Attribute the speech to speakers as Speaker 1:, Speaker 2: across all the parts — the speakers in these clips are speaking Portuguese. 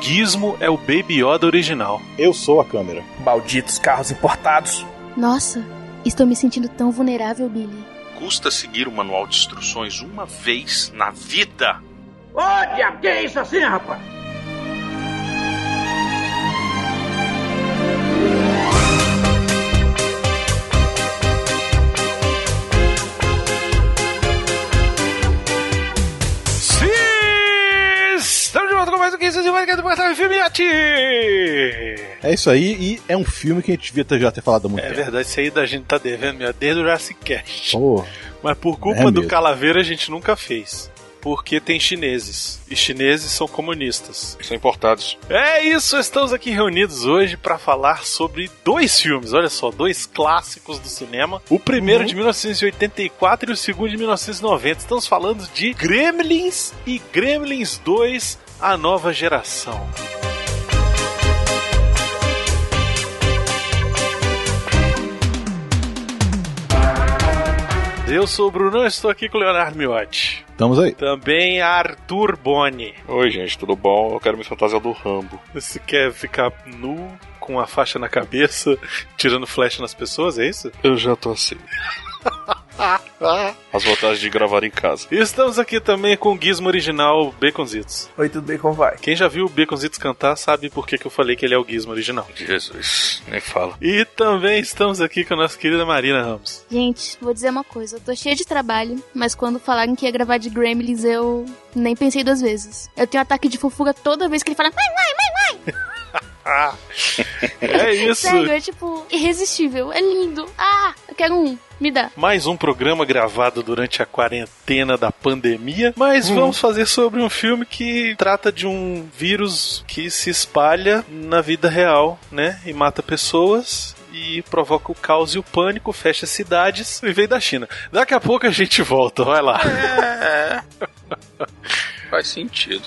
Speaker 1: Gizmo é o Baby Yoda original.
Speaker 2: Eu sou a câmera.
Speaker 3: Malditos carros importados.
Speaker 4: Nossa, estou me sentindo tão vulnerável, Billy.
Speaker 5: Custa seguir o manual de instruções uma vez na vida.
Speaker 6: Olha, que é isso assim, rapaz?
Speaker 1: um
Speaker 2: É isso aí, e é um filme que a gente devia ter, já ter falado há muito
Speaker 1: É
Speaker 2: tempo.
Speaker 1: verdade, isso aí da gente tá devendo meu, desde o Jurassic Cast.
Speaker 2: Pô,
Speaker 1: Mas por
Speaker 2: É
Speaker 1: culpa do
Speaker 2: mesmo.
Speaker 1: Calaveira a gente nunca fez. Porque tem chineses. E chineses são comunistas.
Speaker 7: São importados.
Speaker 1: É isso, estamos aqui reunidos hoje para falar sobre dois filmes, olha só, dois clássicos do cinema. O primeiro de 1984 e o segundo de 1990. Estamos falando de Gremlins e Gremlins 2, a nova geração. Eu sou o Brunão, estou aqui com o Leonardo Miotti.
Speaker 2: estamos aí.
Speaker 1: Também Arthur Boni.
Speaker 7: Oi, gente, tudo bom? Eu quero me fantasiar do Rambo.
Speaker 1: Você quer ficar nu com a faixa na cabeça, tirando flecha nas pessoas, é isso?
Speaker 7: Eu já tô assim. As vantagens de gravar em casa.
Speaker 1: E estamos aqui também com o Gizmo original Baconzitos.
Speaker 3: Oi, tudo bem? Como vai?
Speaker 1: Quem já viu o Baconzitos cantar sabe por que, que eu falei que ele é o Gizmo original.
Speaker 7: Jesus, nem fala.
Speaker 1: E também estamos aqui com a nossa querida Marina Ramos.
Speaker 4: Gente, vou dizer uma coisa, eu tô cheia de trabalho, mas quando falaram que ia gravar de Gremlins, eu nem pensei duas vezes. Eu tenho ataque de fofuga toda vez que ele fala, "Uai, uai,
Speaker 1: Ah! É isso!
Speaker 4: sério, é tipo, irresistível, é lindo. Ah, eu quero um, me dá.
Speaker 1: Mais um programa gravado durante a quarentena da pandemia, mas vamos fazer sobre um filme que trata de um vírus que se espalha na vida real, né? E mata pessoas e provoca o caos e o pânico, fecha cidades e veio da China. Daqui a pouco a gente volta, vai lá.
Speaker 7: Faz sentido.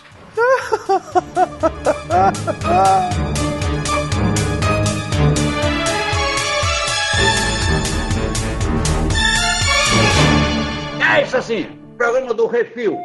Speaker 6: É isso assim, programa do refil.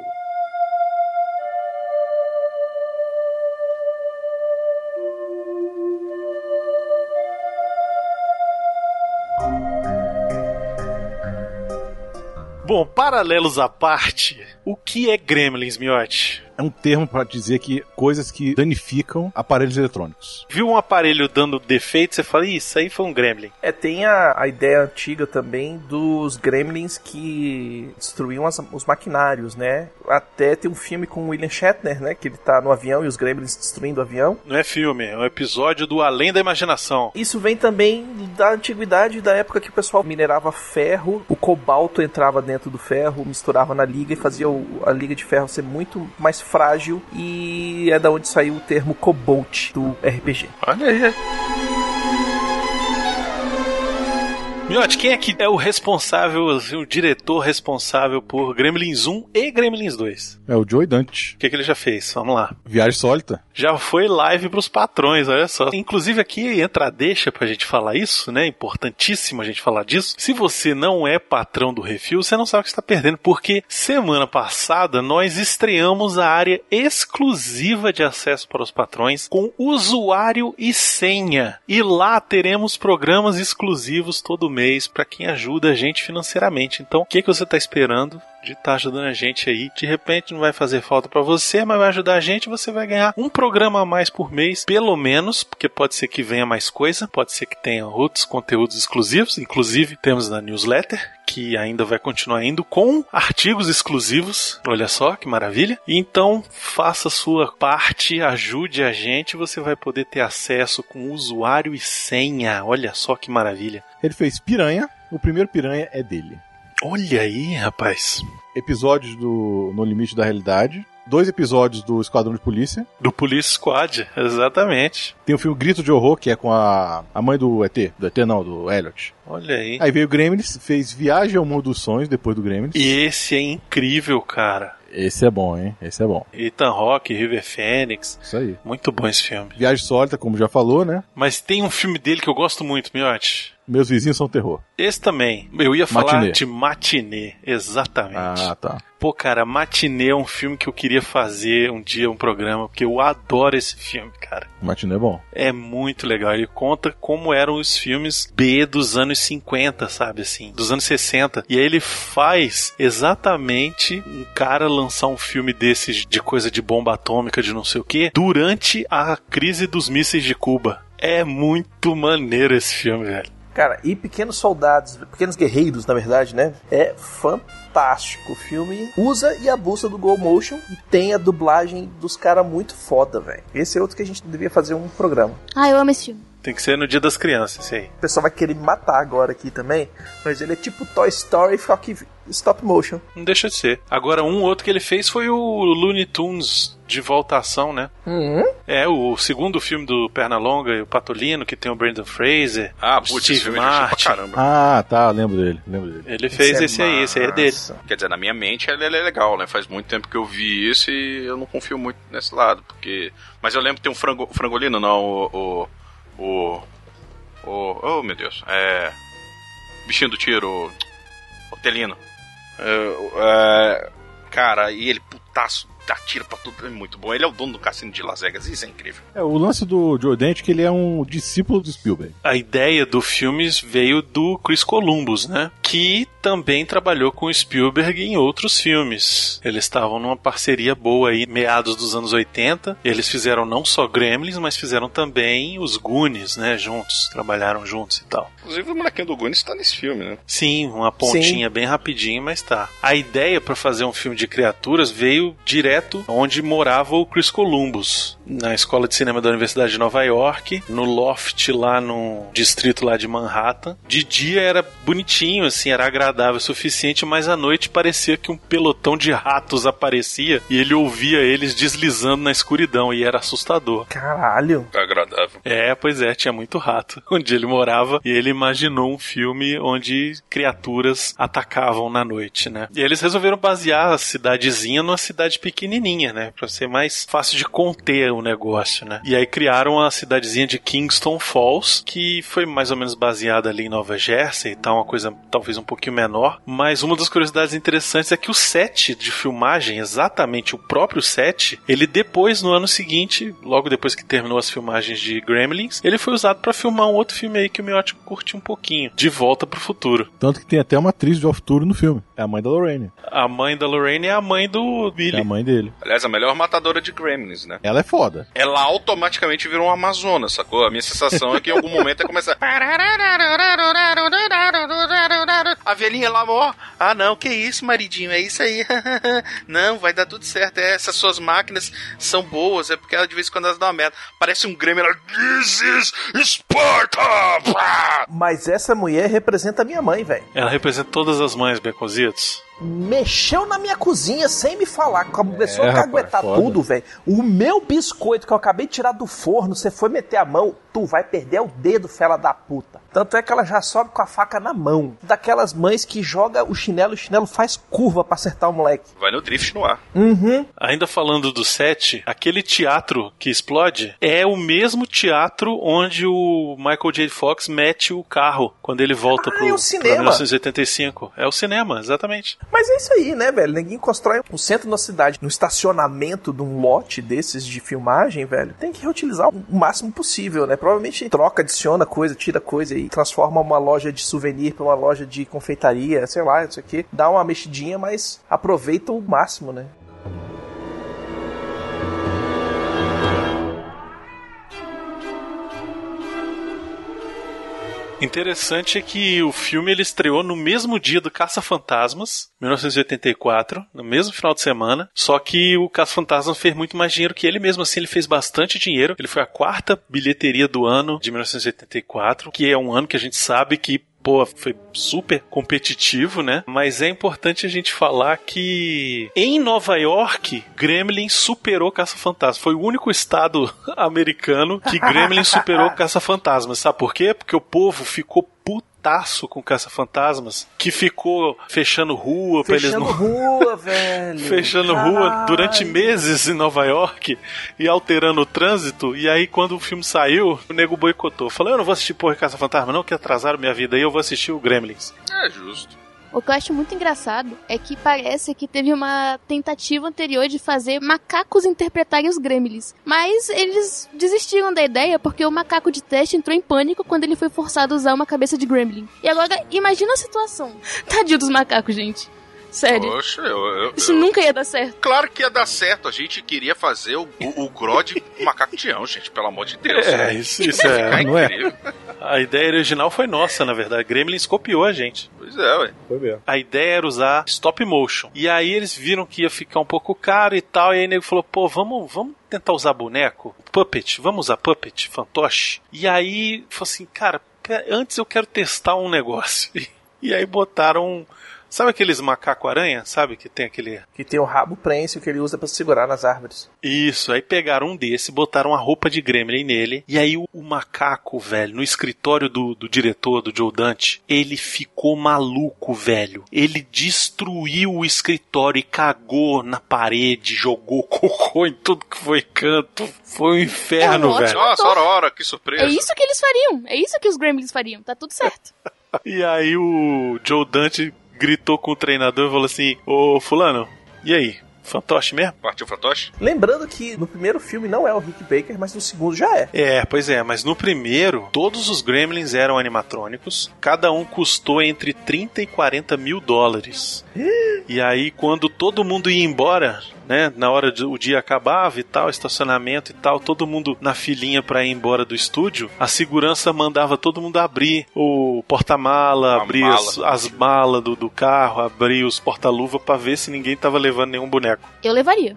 Speaker 1: Bom, paralelos à parte, o que é Gremlins, Miotti?
Speaker 2: É um termo pra dizer que coisas que danificam aparelhos eletrônicos.
Speaker 1: Viu um aparelho dando defeito, você fala, "Ih, isso aí foi um Gremlin.
Speaker 3: É, tem a, a ideia antiga também dos gremlins que destruíam as- os maquinários, né? Até tem um filme com o William Shatner, né? Que ele tá no avião e os gremlins destruindo o avião.
Speaker 1: Não é filme, é um episódio do Além da Imaginação.
Speaker 3: Isso vem também da antiguidade, da época que o pessoal minerava ferro, o cobalto entrava dentro do ferro, misturava na liga e fazia o- a liga de ferro ser muito mais frágil. E é da onde saiu o termo cobalt do RPG.
Speaker 7: Olha aí.
Speaker 1: Miotti, quem é que é o responsável, assim, o diretor responsável por Gremlins 1 e Gremlins 2?
Speaker 2: É o Joey Dante.
Speaker 1: O que, é que ele já fez? Vamos lá.
Speaker 2: Viagem sólita.
Speaker 1: Já foi live pros patrões, olha só. Inclusive aqui entra a deixa pra gente falar isso, né? Importantíssimo a gente falar disso. Se você não é patrão do Refil, você não sabe o que está perdendo, porque semana passada nós estreamos a área exclusiva de acesso para os patrões com usuário e senha. E lá teremos programas exclusivos todo mês para quem ajuda a gente financeiramente. Então, o que, que você está esperando? de estar ajudando a gente aí. De repente não vai fazer falta pra você, mas vai ajudar a gente. Você vai ganhar um programa a mais por mês, pelo menos, porque pode ser que venha mais coisa, pode ser que tenha outros conteúdos exclusivos. Inclusive, temos na newsletter que ainda vai continuar indo com artigos exclusivos. Olha só que maravilha. Então, faça a sua parte, ajude a gente. Você vai poder ter acesso com usuário e senha. Olha só que maravilha.
Speaker 2: Ele fez Piranha. O primeiro Piranha é dele.
Speaker 1: Olha aí, rapaz.
Speaker 2: Episódios do No Limite da Realidade. Dois episódios do Esquadrão de Polícia.
Speaker 1: Do Police Squad, exatamente.
Speaker 2: Tem o filme Grito de Horror, que é com a, a mãe do ET. Do ET não, do Elliot.
Speaker 1: Olha aí.
Speaker 2: Aí veio o Gremlins, fez Viagem ao Mundo dos Sonhos depois do Gremlins.
Speaker 1: E esse é incrível, cara.
Speaker 2: Esse é bom, hein? Esse é bom.
Speaker 1: Ethan Rock, River Phoenix.
Speaker 2: Isso aí.
Speaker 1: Muito bom esse filme.
Speaker 2: Viagem Sólita, como já falou, né?
Speaker 1: Mas tem um filme dele que eu gosto muito, Miotti.
Speaker 2: Meus vizinhos são terror.
Speaker 1: Esse também. Eu ia falar
Speaker 2: Matinê.
Speaker 1: de Matinê, exatamente.
Speaker 2: Ah, tá.
Speaker 1: Pô, cara, Matinê é um filme que eu queria fazer um dia, um programa, porque eu adoro esse filme, cara.
Speaker 2: O Matinê é bom.
Speaker 1: É muito legal. Ele conta como eram os filmes B dos anos 50, sabe assim? Dos anos 60. E aí ele faz exatamente um cara lançar um filme desses de coisa de bomba atômica, de não sei o quê, durante a crise dos mísseis de Cuba. É muito maneiro esse filme, velho.
Speaker 3: Cara, e Pequenos Soldados, Pequenos Guerreiros, na verdade, né? É fantástico. O filme usa e abusa do Go Motion e tem a dublagem dos caras muito foda, velho. Esse é outro que a gente devia fazer um programa.
Speaker 4: Ah, eu amo esse filme.
Speaker 1: Tem que ser no Dia das Crianças, esse aí.
Speaker 3: O pessoal vai querer me matar agora aqui também, mas ele é tipo Toy Story, só que stop motion.
Speaker 1: Não deixa de ser. Agora, um outro que ele fez foi o Looney Tunes de volta à ação, né? É, o segundo filme do Pernalonga e o Patolino, que tem o Brandon Fraser.
Speaker 5: Ah, putz, esse filme é divertido pra caramba.
Speaker 2: Ah, tá. Lembro dele. Lembro dele.
Speaker 1: Ele fez esse, aí, esse aí é dele.
Speaker 3: massa.
Speaker 5: Quer dizer, na minha mente ele, ele é legal, né? Faz muito tempo que eu vi isso e eu não confio muito nesse lado, porque. Mas eu lembro que tem um frango... frangolino, não, o. O. O. o- Oh, meu Deus. É. Bichinho do tiro. o- O Telino. É, é, Cara, e ele putaço, dá tiro pra tudo. É muito bom. Ele é o dono do cassino de Las Vegas, isso é incrível.
Speaker 2: É, o lance do Joe Dante é que ele é um discípulo do Spielberg.
Speaker 1: A ideia do filme veio do Chris Columbus, né? Que também trabalhou com o Spielberg em outros filmes. Eles estavam numa parceria boa aí, meados dos anos 80. Eles fizeram não só Gremlins, mas fizeram também os Goonies, né? Juntos, trabalharam juntos e tal.
Speaker 7: Inclusive, o molequinho do Goonies tá nesse filme, né?
Speaker 1: Sim, uma pontinha bem rapidinho, mas tá. A ideia pra fazer um filme de criaturas veio direto onde morava o Chris Columbus, na escola de cinema da Universidade de Nova York, no loft lá no distrito lá de Manhattan. De dia era bonitinho, assim, era agradável o suficiente, mas à noite parecia que um pelotão de ratos aparecia e ele ouvia eles deslizando na escuridão e era assustador.
Speaker 3: Caralho.
Speaker 7: Tá agradável.
Speaker 1: É, pois é, tinha muito rato onde ele morava e ele imaginou um filme onde criaturas atacavam na noite, né? E eles resolveram basear a cidadezinha numa cidade pequenininha, né? Pra ser mais fácil de conter o negócio, né? E aí criaram a cidadezinha de Kingston Falls, que foi mais ou menos baseada ali em Nova Jersey, tá uma coisa talvez um pouquinho menor. Mas uma das curiosidades interessantes é que o set de filmagem, exatamente o próprio set, ele depois, no ano seguinte, logo depois que terminou as filmagens de Gremlins, ele foi usado pra filmar um outro filme aí que o Miotti curte um pouquinho, De Volta pro Futuro.
Speaker 2: Tanto que tem até uma atriz de futuro no filme. É a mãe da Lorraine.
Speaker 1: A mãe da Lorraine é a mãe do
Speaker 2: É a
Speaker 1: Billy.
Speaker 2: mãe dele.
Speaker 5: Aliás, a melhor matadora de Gremlins, né?
Speaker 2: Ela é foda.
Speaker 5: Ela automaticamente virou uma Amazona, sacou? A minha sensação é que em algum momento é começar. A velhinha lá, ó. Ah, não, que isso, maridinho, é isso aí. não, vai dar tudo certo. É, essas suas máquinas são boas, é porque ela de vez em quando elas dão uma merda. Parece um Grêmio, ela. This is Sparta! Pá!
Speaker 3: Mas essa mulher representa a minha mãe, velho.
Speaker 1: Ela representa todas as mães, Beconzitos.
Speaker 3: Mexeu na minha cozinha sem me falar. Começou
Speaker 2: É,
Speaker 3: a
Speaker 2: rapaz,
Speaker 3: caguetar
Speaker 2: foda.
Speaker 3: tudo, velho. O meu biscoito que eu acabei de tirar do forno, você foi meter a mão, tu vai perder o dedo, fela da puta. Tanto é que ela já sobe com a faca na mão. Daquelas mães que joga o chinelo, o chinelo faz curva pra acertar o moleque.
Speaker 5: Vai no drift no ar.
Speaker 3: Uhum.
Speaker 1: Ainda falando do set, aquele teatro que explode é o mesmo teatro onde o Michael J. Fox mete o carro quando ele volta
Speaker 3: Ah,
Speaker 1: pro,
Speaker 3: é o
Speaker 1: pra
Speaker 3: cinema.
Speaker 1: 1985. É o cinema, exatamente.
Speaker 3: Mas é isso aí, né, velho? Ninguém constrói um centro na cidade, no estacionamento de um lote desses de filmagem, velho. Tem que reutilizar o máximo possível, né? Provavelmente troca, adiciona coisa, tira coisa e transforma uma loja de souvenir pra uma loja de confeitaria, sei lá, isso aqui. Dá uma mexidinha, mas aproveita o máximo, né?
Speaker 1: Interessante é que o filme ele estreou no mesmo dia do Caça Fantasmas, 1984, no mesmo final de semana. Só que o Caça Fantasmas fez muito mais dinheiro que ele mesmo assim, ele fez bastante dinheiro. Ele foi a quarta bilheteria do ano de 1984, que é um ano que a gente sabe que pô, foi super competitivo, né? Mas é importante a gente falar que em Nova York, Gremlin superou Caça-Fantasma. Foi o único estado americano que Gremlin superou Caça-Fantasma. Sabe por quê? Porque o povo ficou putaço com Caça-Fantasmas, que ficou fechando rua pra eles
Speaker 3: Fechando
Speaker 1: não
Speaker 3: rua, velho.
Speaker 1: fechando rua
Speaker 3: Caralho.
Speaker 1: durante meses em Nova York e alterando o trânsito. E aí, quando o filme saiu, o nego boicotou. Falou: Eu não vou assistir porra de Caça-Fantasma, não, que atrasaram minha vida aí, eu vou assistir o Gremlins.
Speaker 5: É justo.
Speaker 4: O que eu acho muito engraçado é que parece que teve uma tentativa anterior de fazer macacos interpretarem os gremlins. Mas eles desistiram da ideia porque o macaco de teste entrou em pânico quando ele foi forçado a usar uma cabeça de gremlin. E agora, imagina a situação. Tadinho dos macacos, gente. Sério.
Speaker 5: Poxa, eu. eu-
Speaker 4: Isso
Speaker 5: eu-
Speaker 4: nunca ia dar certo.
Speaker 5: Claro que ia dar certo. A gente queria fazer o, o, o Grod macaco Tião, gente, pelo amor de Deus.
Speaker 1: É, isso, isso é.
Speaker 5: Ficar
Speaker 2: não é?
Speaker 5: incrível.
Speaker 1: A ideia original foi nossa, na verdade. Gremlins copiou a gente.
Speaker 5: Pois é, ué.
Speaker 2: Foi mesmo.
Speaker 1: A ideia era usar stop motion. E aí eles viram que ia ficar um pouco caro e tal. E aí o nego falou: pô, vamos, vamos tentar usar boneco? Puppet, vamos usar puppet, fantoche. E aí falou assim: cara, pe- antes eu quero testar um negócio. E aí botaram. um, Sabe aqueles macaco-aranha? Sabe que tem aquele.
Speaker 3: Que tem o rabo prensil que ele usa pra se segurar nas árvores.
Speaker 1: Isso, aí pegaram um desse, botaram a roupa de Gremlin nele, e aí o, o macaco, velho, no escritório do, do diretor, do Joe Dante, ele ficou maluco, velho. Ele destruiu o escritório e cagou na parede, jogou cocô em tudo que foi canto. Foi um
Speaker 4: É um
Speaker 1: inferno,
Speaker 4: ótimo
Speaker 1: velho.
Speaker 5: Nossa, ora, ora, que surpresa.
Speaker 4: É isso que eles fariam. É isso que os gremlins fariam. Tá tudo certo.
Speaker 1: E aí o Joe Dante gritou com o treinador e falou assim: Ô, Fulano, e aí? Fantoche mesmo?
Speaker 5: Partiu fantoche?
Speaker 3: Lembrando que no primeiro filme não é o Rick Baker, mas no segundo já é.
Speaker 1: É, pois é, mas no primeiro, todos os Gremlins eram animatrônicos, cada um custou entre 30 e 40 mil dólares. E aí, quando todo mundo ia embora, né, na hora do o dia acabava e tal, estacionamento e tal, todo mundo na filinha pra ir embora do estúdio, a segurança mandava todo mundo abrir o porta-mala,
Speaker 5: A
Speaker 1: abrir
Speaker 5: mala.
Speaker 1: as, as malas do, do carro, abrir os porta-luva pra ver se ninguém tava levando nenhum boneco.
Speaker 4: Eu levaria.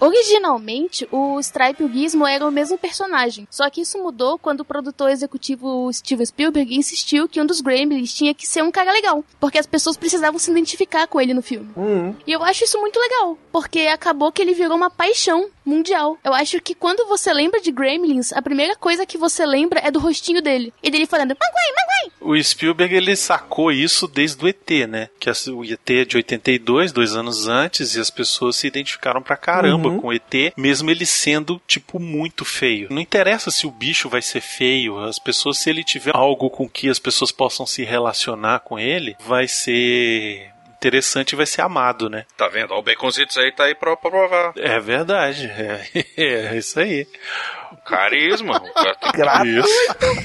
Speaker 4: Originalmente, o Stripe e o Gizmo eram o mesmo personagem, só que isso mudou quando o produtor executivo Steven Spielberg insistiu que um dos Gremlins tinha que ser um cara legal, porque as pessoas precisavam se identificar com ele no filme.
Speaker 3: Hum,
Speaker 4: E eu acho isso muito legal, porque acabou que ele virou uma paixão mundial. Eu acho que quando você lembra de Gremlins, a primeira coisa que você lembra é do rostinho dele. E dele falando, Manguei, Manguei!
Speaker 1: O Spielberg ele sacou isso desde o ET, né? Que as- o ET é de 82, dois anos antes, e as pessoas se identificaram pra caramba
Speaker 3: Uhum.
Speaker 1: com o ET, mesmo ele sendo, tipo, muito feio. Não interessa se o bicho vai ser feio, as pessoas, se ele tiver algo com que as pessoas possam se relacionar com ele, vai ser interessante e vai ser amado, né?
Speaker 5: Tá vendo? Ó, o Baconzitos aí tá aí pra pra provar.
Speaker 1: É verdade, é, é isso aí.
Speaker 5: Carisma. o cara tem-
Speaker 3: grato.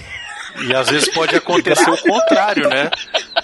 Speaker 1: E às vezes pode acontecer o contrário, né?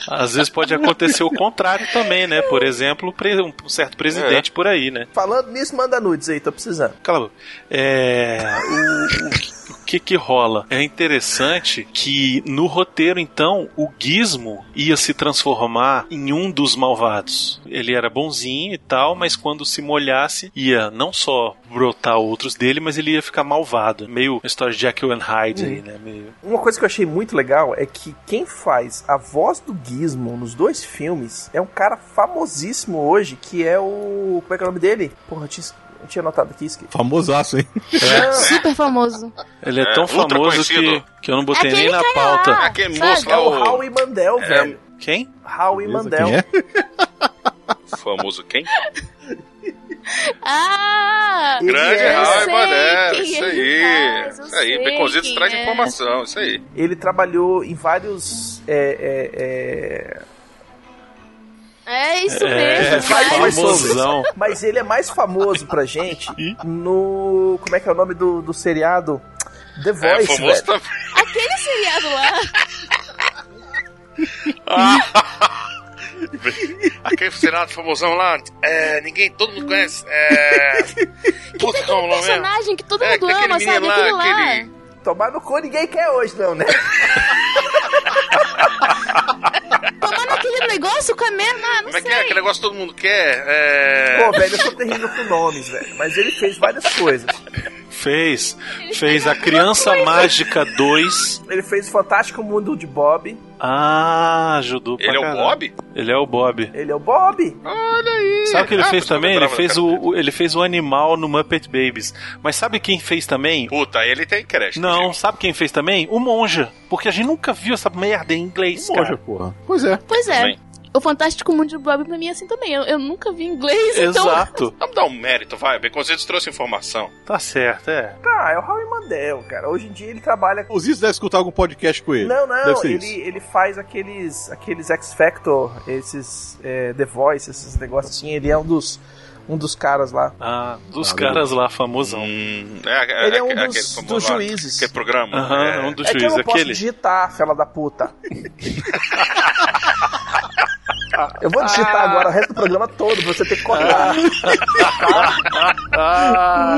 Speaker 1: Às vezes pode acontecer o contrário também, né? Por exemplo, pre- um certo presidente por aí, né?
Speaker 3: Falando nisso, manda nudes aí, tô precisando.
Speaker 1: Cala a boca. É, o, o- o que que rola? É interessante que no roteiro, então, o Gizmo ia se transformar em um dos malvados. Ele era bonzinho e tal, mas quando se molhasse, ia não só brotar outros dele, mas ele ia ficar malvado. Meio a história de Jekyll and Hyde aí, né? Meio...
Speaker 3: Uma coisa que eu achei muito legal é que quem faz a voz do Gizmo nos dois filmes é um cara famosíssimo hoje, que é o. Como é que é o nome dele? Porra, eu tinha, eu tinha anotado aqui, esqueci.
Speaker 2: Famosaço, hein?
Speaker 3: Não,
Speaker 4: Super famoso.
Speaker 1: Ele é,
Speaker 5: É,
Speaker 1: tão
Speaker 5: ultra
Speaker 1: famoso que,
Speaker 5: conhecido.
Speaker 1: que eu não botei
Speaker 4: Aquele
Speaker 1: nem na
Speaker 4: cara
Speaker 1: pauta.
Speaker 4: lá.
Speaker 5: Aquele
Speaker 4: Sabe?
Speaker 5: moço
Speaker 3: é
Speaker 5: lá,
Speaker 3: o
Speaker 5: o
Speaker 3: Howie Mandel, velho.
Speaker 1: Quem?
Speaker 3: Howie
Speaker 2: Beleza,
Speaker 3: Mandel.
Speaker 2: Quem é?
Speaker 5: famoso quem?
Speaker 4: Ah!
Speaker 3: Ele
Speaker 5: Grande
Speaker 3: é-
Speaker 4: eu
Speaker 5: Raul
Speaker 4: sei
Speaker 5: Mandel,
Speaker 4: quem
Speaker 5: isso
Speaker 4: ele
Speaker 5: aí.
Speaker 4: faz, eu
Speaker 5: Isso aí,
Speaker 4: sei
Speaker 5: Baconzitos
Speaker 4: quem
Speaker 5: traz
Speaker 4: é.
Speaker 5: informação, isso aí.
Speaker 3: Ele trabalhou em vários. É, é, é,
Speaker 4: É isso
Speaker 1: É,
Speaker 4: mesmo, vai.
Speaker 1: famosão.
Speaker 3: Mas ele é mais famoso pra gente no. Como é que é o nome do, do seriado? The
Speaker 5: É,
Speaker 3: Voice,
Speaker 5: famoso
Speaker 3: velho.
Speaker 5: também.
Speaker 4: Aquele seriado lá.
Speaker 7: Aquele senado famosão lá, é, ninguém, todo mundo conhece. É. Puta, como é o nome mesmo?
Speaker 4: Personagem que todo
Speaker 7: É,
Speaker 4: mundo
Speaker 7: que aquele
Speaker 4: ama, sabe?
Speaker 7: menino lá,
Speaker 4: Aquele lá.
Speaker 7: aquele-
Speaker 3: Tomar no cu ninguém quer hoje, não, né?
Speaker 4: Tomar naquele negócio Posso comer? Ah, não
Speaker 7: Como é que
Speaker 4: sei.
Speaker 7: é? Aquele negócio que todo mundo quer? É.
Speaker 3: Pô, velho, eu sou terrível com nomes, velho. Mas ele fez várias coisas.
Speaker 1: Fez.
Speaker 3: é
Speaker 1: Fez a Criança Mágica 2.
Speaker 3: Ele fez Fantástico Mundo de Bob.
Speaker 1: Ah, ajudou pra
Speaker 5: Ele é o
Speaker 1: caralho.
Speaker 5: Bob?
Speaker 1: Ele é o Bob.
Speaker 3: Ele é o Bob.
Speaker 1: Sabe o que ele
Speaker 5: Ah,
Speaker 1: fez
Speaker 5: mas eu
Speaker 1: também? Ele
Speaker 5: lembrava,
Speaker 1: fez
Speaker 5: cara.
Speaker 1: o, o- ele fez o animal no Muppet Babies. Mas sabe quem fez também?
Speaker 5: Puta, ele tem crédito.
Speaker 1: Não,
Speaker 5: gente.
Speaker 1: sabe quem fez também? O Monja. Porque a gente nunca viu essa merda em inglês,
Speaker 2: Monja,
Speaker 1: cara.
Speaker 2: porra. Pois é.
Speaker 4: Pois é.
Speaker 5: Bem.
Speaker 4: O Fantástico Mundo de Bob pra mim é assim também. Eu, eu nunca vi inglês, então.
Speaker 1: Exato.
Speaker 5: Vamos dar um mérito, vai. Baconzitos trouxe informação.
Speaker 1: Tá certo, é.
Speaker 3: Tá, é o Howie Mandel, cara. Hoje em dia ele trabalha com.
Speaker 2: Os Zizos devem escutar algum podcast com ele.
Speaker 3: Não, não,
Speaker 2: Deve ser
Speaker 3: ele,
Speaker 2: isso.
Speaker 3: ele faz aqueles aqueles X Factor, esses é, The Voice, esses negócios assim. Ele é um dos, um dos caras lá.
Speaker 1: Ah, dos
Speaker 2: Ah,
Speaker 1: caras lá, famosão.
Speaker 5: Hum, é, é,
Speaker 3: Ele é um
Speaker 5: aquele-
Speaker 3: dos-
Speaker 5: aquele
Speaker 3: dos
Speaker 5: famoso lá,
Speaker 3: juízes.
Speaker 5: Aquele programa.
Speaker 1: Aham,
Speaker 5: é.
Speaker 1: um dos
Speaker 3: é que eu
Speaker 1: juízes,
Speaker 3: não posso
Speaker 1: aquele.
Speaker 3: digitar, fela da puta. Eu vou digitar agora o resto do programa todo, você tem que cortar.
Speaker 5: Ah.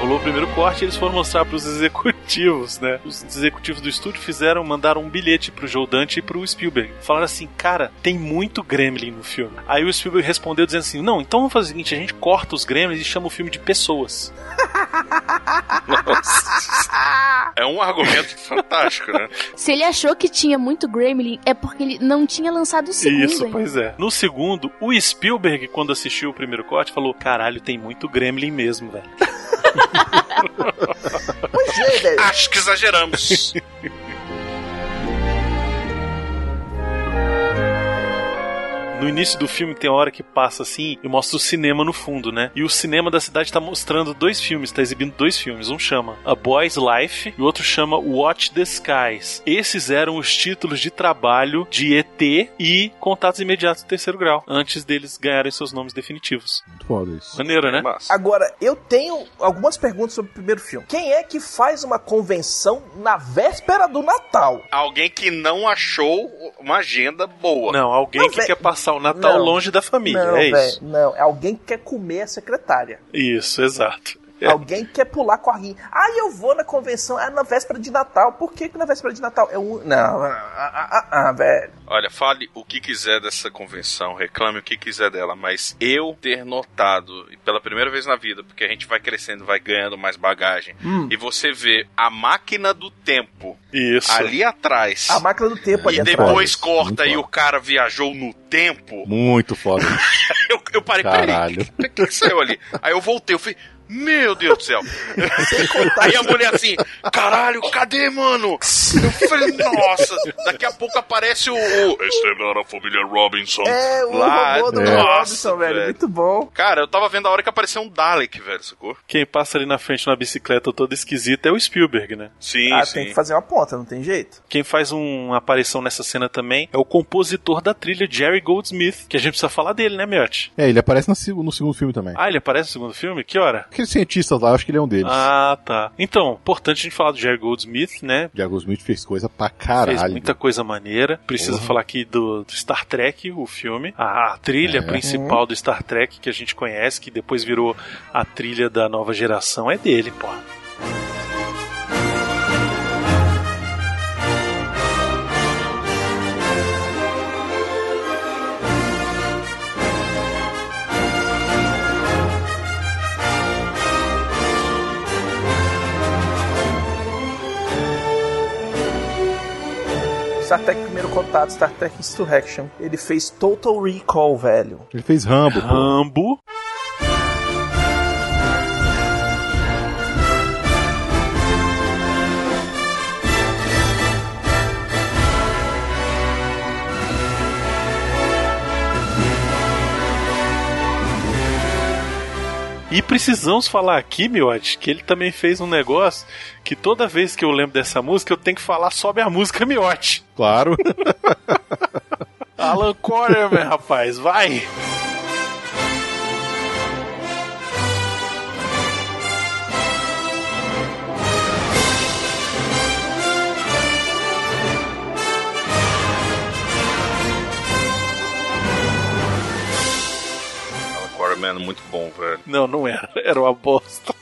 Speaker 1: Rolou o primeiro corte e eles foram mostrar pros executivos, né? Os executivos do estúdio fizeram, mandaram um bilhete pro Joe Dante e pro Spielberg. Falaram assim, cara, tem muito Gremlin no filme. Aí o Spielberg respondeu dizendo assim, não, então vamos fazer o seguinte, a gente corta os Gremlins e chama o filme de pessoas.
Speaker 5: É um argumento fantástico, né?
Speaker 4: Se ele achou que tinha muito Gremlin, é porque ele não tinha lançado o segundo.
Speaker 1: Isso,
Speaker 4: ainda.
Speaker 1: pois é. No segundo, o Spielberg, quando assistiu o primeiro corte, falou, caralho, tem muito Gremlin mesmo, velho.
Speaker 3: Pois é, velho.
Speaker 5: Acho que exageramos.
Speaker 1: No início do filme tem uma hora que passa assim e mostra o cinema no fundo, né? E o cinema da cidade tá mostrando dois filmes, tá exibindo dois filmes. Um chama A Boy's Life e o outro chama Watch the Skies. Esses eram os títulos de trabalho de ET e Contatos Imediatos do Terceiro Grau, antes deles ganharem seus nomes definitivos.
Speaker 2: Muito foda isso.
Speaker 1: Maneiro, né?
Speaker 5: Massa.
Speaker 3: Agora, eu tenho algumas perguntas sobre o primeiro filme. Quem é que faz uma convenção na véspera do Natal?
Speaker 5: Alguém que não achou uma agenda boa.
Speaker 1: Não, alguém
Speaker 3: Não,
Speaker 1: que
Speaker 3: véi.
Speaker 1: quer passar o Natal
Speaker 3: Não.
Speaker 1: longe da família.
Speaker 3: não,
Speaker 1: é
Speaker 3: velho,
Speaker 1: isso.
Speaker 3: não. É alguém que quer comer a secretária.
Speaker 1: Isso, exato. É.
Speaker 3: Alguém quer pular corrinha. Ah, eu vou na convenção. Ah, na véspera de Natal. Por que, que na véspera de Natal? É um. Não, ah, ah, ah, ah, velho.
Speaker 5: Olha, fale o que quiser dessa convenção, reclame o que quiser dela, mas eu ter notado, e pela primeira vez na vida, porque a gente vai crescendo, vai ganhando mais bagagem,
Speaker 3: Hum.
Speaker 5: e você vê a máquina do tempo
Speaker 1: Isso.
Speaker 5: ali atrás,
Speaker 3: A máquina do tempo ali
Speaker 5: e
Speaker 3: atrás.
Speaker 5: depois
Speaker 2: Muito
Speaker 5: corta e
Speaker 2: foda.
Speaker 5: o cara viajou no tempo,
Speaker 2: Muito foda.
Speaker 5: eu, eu parei, peraí,
Speaker 2: Caralho.
Speaker 5: o que, que saiu ali? Aí eu voltei, eu falei, meu Deus do céu.
Speaker 3: Sem contar
Speaker 5: Aí a mulher assim, caralho, cadê, mano? Eu falei, nossa, daqui a pouco aparece o... o Exterminar a família Robinson.
Speaker 3: É, o
Speaker 5: Lá-
Speaker 3: robô do
Speaker 5: É.
Speaker 3: Will
Speaker 5: Nossa,
Speaker 3: Robinson, velho.
Speaker 5: velho.
Speaker 3: Muito bom.
Speaker 5: Cara, eu tava vendo a hora que apareceu um Dalek, velho, sacou?
Speaker 1: Quem passa ali na frente na bicicleta toda esquisita é o Spielberg, né?
Speaker 5: Sim,
Speaker 3: ah, tem que fazer uma ponta, não tem jeito.
Speaker 1: Quem faz um- uma aparição nessa cena também é o compositor da trilha, Jerry Goldsmith, que a gente precisa falar dele, né, Miotti?
Speaker 2: É, ele aparece no, seg- no segundo filme também.
Speaker 1: Ah, ele aparece no segundo filme? Que hora?
Speaker 2: Aquele cientista lá, eu acho que ele é um deles.
Speaker 1: Ah, tá. Então, importante a gente falar do Jerry Goldsmith, né?
Speaker 2: Diago Smith fez coisa pra
Speaker 1: Fez
Speaker 2: caralho.
Speaker 1: muita coisa maneira. Preciso
Speaker 2: Porra.
Speaker 1: falar aqui do, do Star Trek, o filme. A, a trilha
Speaker 2: É.
Speaker 1: principal do Star Trek que a gente conhece, que depois virou a trilha da nova geração, é dele, porra.
Speaker 3: Star Trek Primeiro Contato, Star Trek Insurrection. Ele fez Total Recall, velho.
Speaker 2: Ele fez Rambo, pô.
Speaker 1: Rambo. E precisamos falar aqui, Miote, que ele também fez um negócio que toda vez que eu lembro dessa música, eu tenho que falar sobe a música Miote.
Speaker 2: Claro.
Speaker 1: Alan Quarterman, rapaz, vai!
Speaker 5: Alan Quarterman é muito bom, velho.
Speaker 1: Não, não era. Era uma bosta.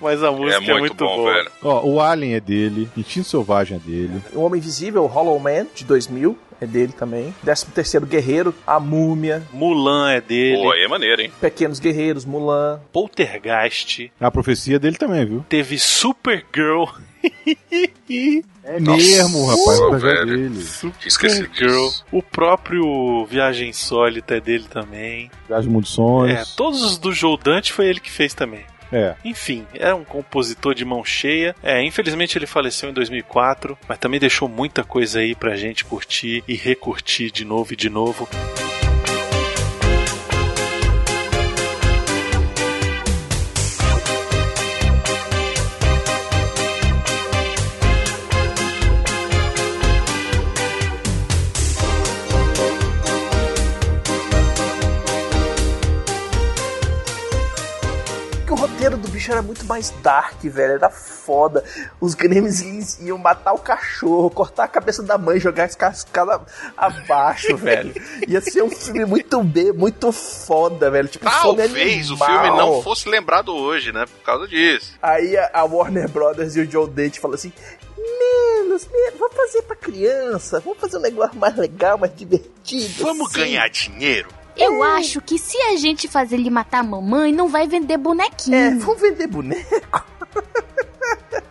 Speaker 1: Mas a música é muito,
Speaker 5: bom,
Speaker 1: boa.
Speaker 5: velho.
Speaker 2: Ó, o Alien é dele, Instinto Selvagem é dele.
Speaker 3: O Homem Invisível, Hollow Man, de 2000, é dele também. 13 terceiro Guerreiro, A Múmia,
Speaker 1: Mulan é dele.
Speaker 5: Pô, aí é maneiro, hein?
Speaker 3: Pequenos Guerreiros, Mulan.
Speaker 1: Poltergeist.
Speaker 2: A profecia é dele também, viu?
Speaker 1: Teve Supergirl.
Speaker 2: É mesmo, rapaz.
Speaker 5: Pô,
Speaker 2: o projeto é
Speaker 5: velho.
Speaker 2: dele.
Speaker 5: Tinha esquecido
Speaker 1: Supergirl.
Speaker 5: disso.
Speaker 1: O próprio Viagem Sólita é dele também.
Speaker 2: Viagem do Mundo dos
Speaker 1: É,
Speaker 2: Sonhos.
Speaker 1: todos os do Joe Dante foi ele que fez também.
Speaker 2: É.
Speaker 1: Enfim, é um compositor de mão cheia. É, infelizmente ele faleceu em 2004, mas também deixou muita coisa aí pra gente curtir e recurtir de novo e de novo.
Speaker 3: Porque o roteiro do bicho era muito mais dark, velho. Era foda. Os Gremlins eles iam matar o cachorro, cortar a cabeça da mãe, jogar as cascadas abaixo, velho. Ia ser um filme muito B, muito foda, velho. Tipo, fome
Speaker 5: Talvez o
Speaker 3: animal.
Speaker 5: filme não fosse lembrado hoje, né? Por causa disso.
Speaker 3: Aí a- a Warner Brothers e o Joe Dante falam assim: menos, menos, vamos fazer pra criança, vamos fazer um negócio mais legal, mais divertido.
Speaker 5: Vamos
Speaker 3: assim."
Speaker 5: ganhar dinheiro?
Speaker 1: é.
Speaker 4: Eu acho que se a gente fazer ele matar a mamãe, não vai vender
Speaker 3: É,
Speaker 4: bonequinho.
Speaker 3: vamos vender boneco.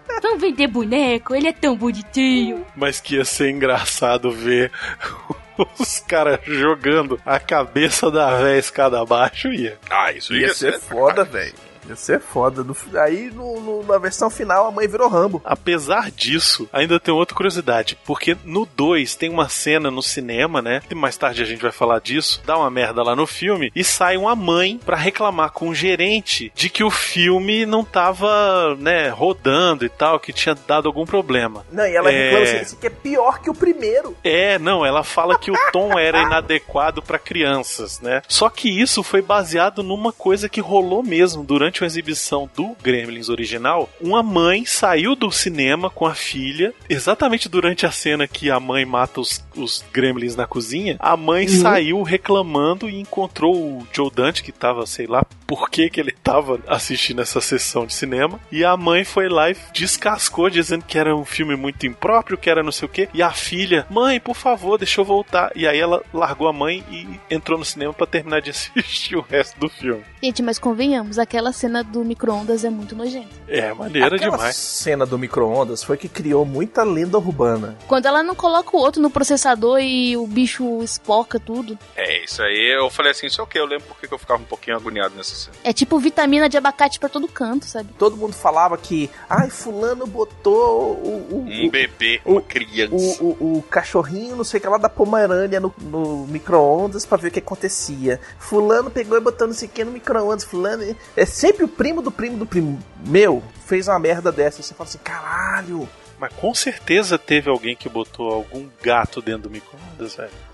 Speaker 1: É.
Speaker 4: Vão vender boneco, ele é tão bonitinho.
Speaker 1: Mas que ia ser engraçado ver os caras jogando a cabeça da véia escada abaixo. Ia.
Speaker 5: Ah, isso ia, ser Ah,
Speaker 3: foda, velho. Ia ser é foda. No fi- aí no- no- na versão final a mãe virou Rambo.
Speaker 1: Apesar disso, ainda tem outra curiosidade, porque no 2 tem uma cena no cinema, né? E mais tarde a gente vai falar disso. Dá uma merda lá no filme e sai uma mãe pra reclamar com o gerente de que o filme não tava, né, rodando e tal, que tinha dado algum problema.
Speaker 3: Não, e ela
Speaker 1: É.
Speaker 3: reclama assim, isso aqui é pior que o primeiro.
Speaker 1: É, não, ela fala que o tom era inadequado pra crianças, né? Só que isso foi baseado numa coisa que rolou mesmo durante uma exibição do Gremlins original. Uma mãe saiu do cinema com a filha, exatamente durante a cena que a mãe mata os, os Gremlins na cozinha. A mãe saiu reclamando e encontrou o Joe Dante, que tava, sei lá por que, que ele tava assistindo essa sessão de cinema. E a mãe foi lá e descascou, dizendo que era um filme muito impróprio, que era não sei o quê. E a filha, mãe, por favor, deixa eu voltar. E aí ela largou a mãe e entrou no cinema pra terminar de assistir o resto do filme.
Speaker 4: Gente, mas convenhamos, aquela cena do micro-ondas é muito nojenta.
Speaker 1: É, maneira
Speaker 3: Aquela
Speaker 1: demais.
Speaker 3: cena do micro-ondas foi que criou muita lenda urbana.
Speaker 4: Quando ela não coloca o outro no processador e o bicho espoca tudo.
Speaker 5: É, isso aí eu falei assim, isso é o que eu lembro porque que eu ficava um pouquinho agoniado nessa cena.
Speaker 4: É tipo vitamina de abacate pra todo canto, sabe?
Speaker 3: Todo mundo falava que, ai, fulano botou o, o-
Speaker 5: Um
Speaker 3: o-
Speaker 5: bebê, uma criança.
Speaker 3: o, o- o cachorrinho, não sei o que lá, da Pomerânia no, no micro-ondas pra ver o que acontecia. Fulano pegou e botou não sei o que no micro-ondas. Fulano. É sempre o primo do primo do primo. Meu, fez uma merda dessa. Você fala assim, caralho.
Speaker 1: Mas com certeza teve alguém que botou algum gato dentro do micro-ondas, velho.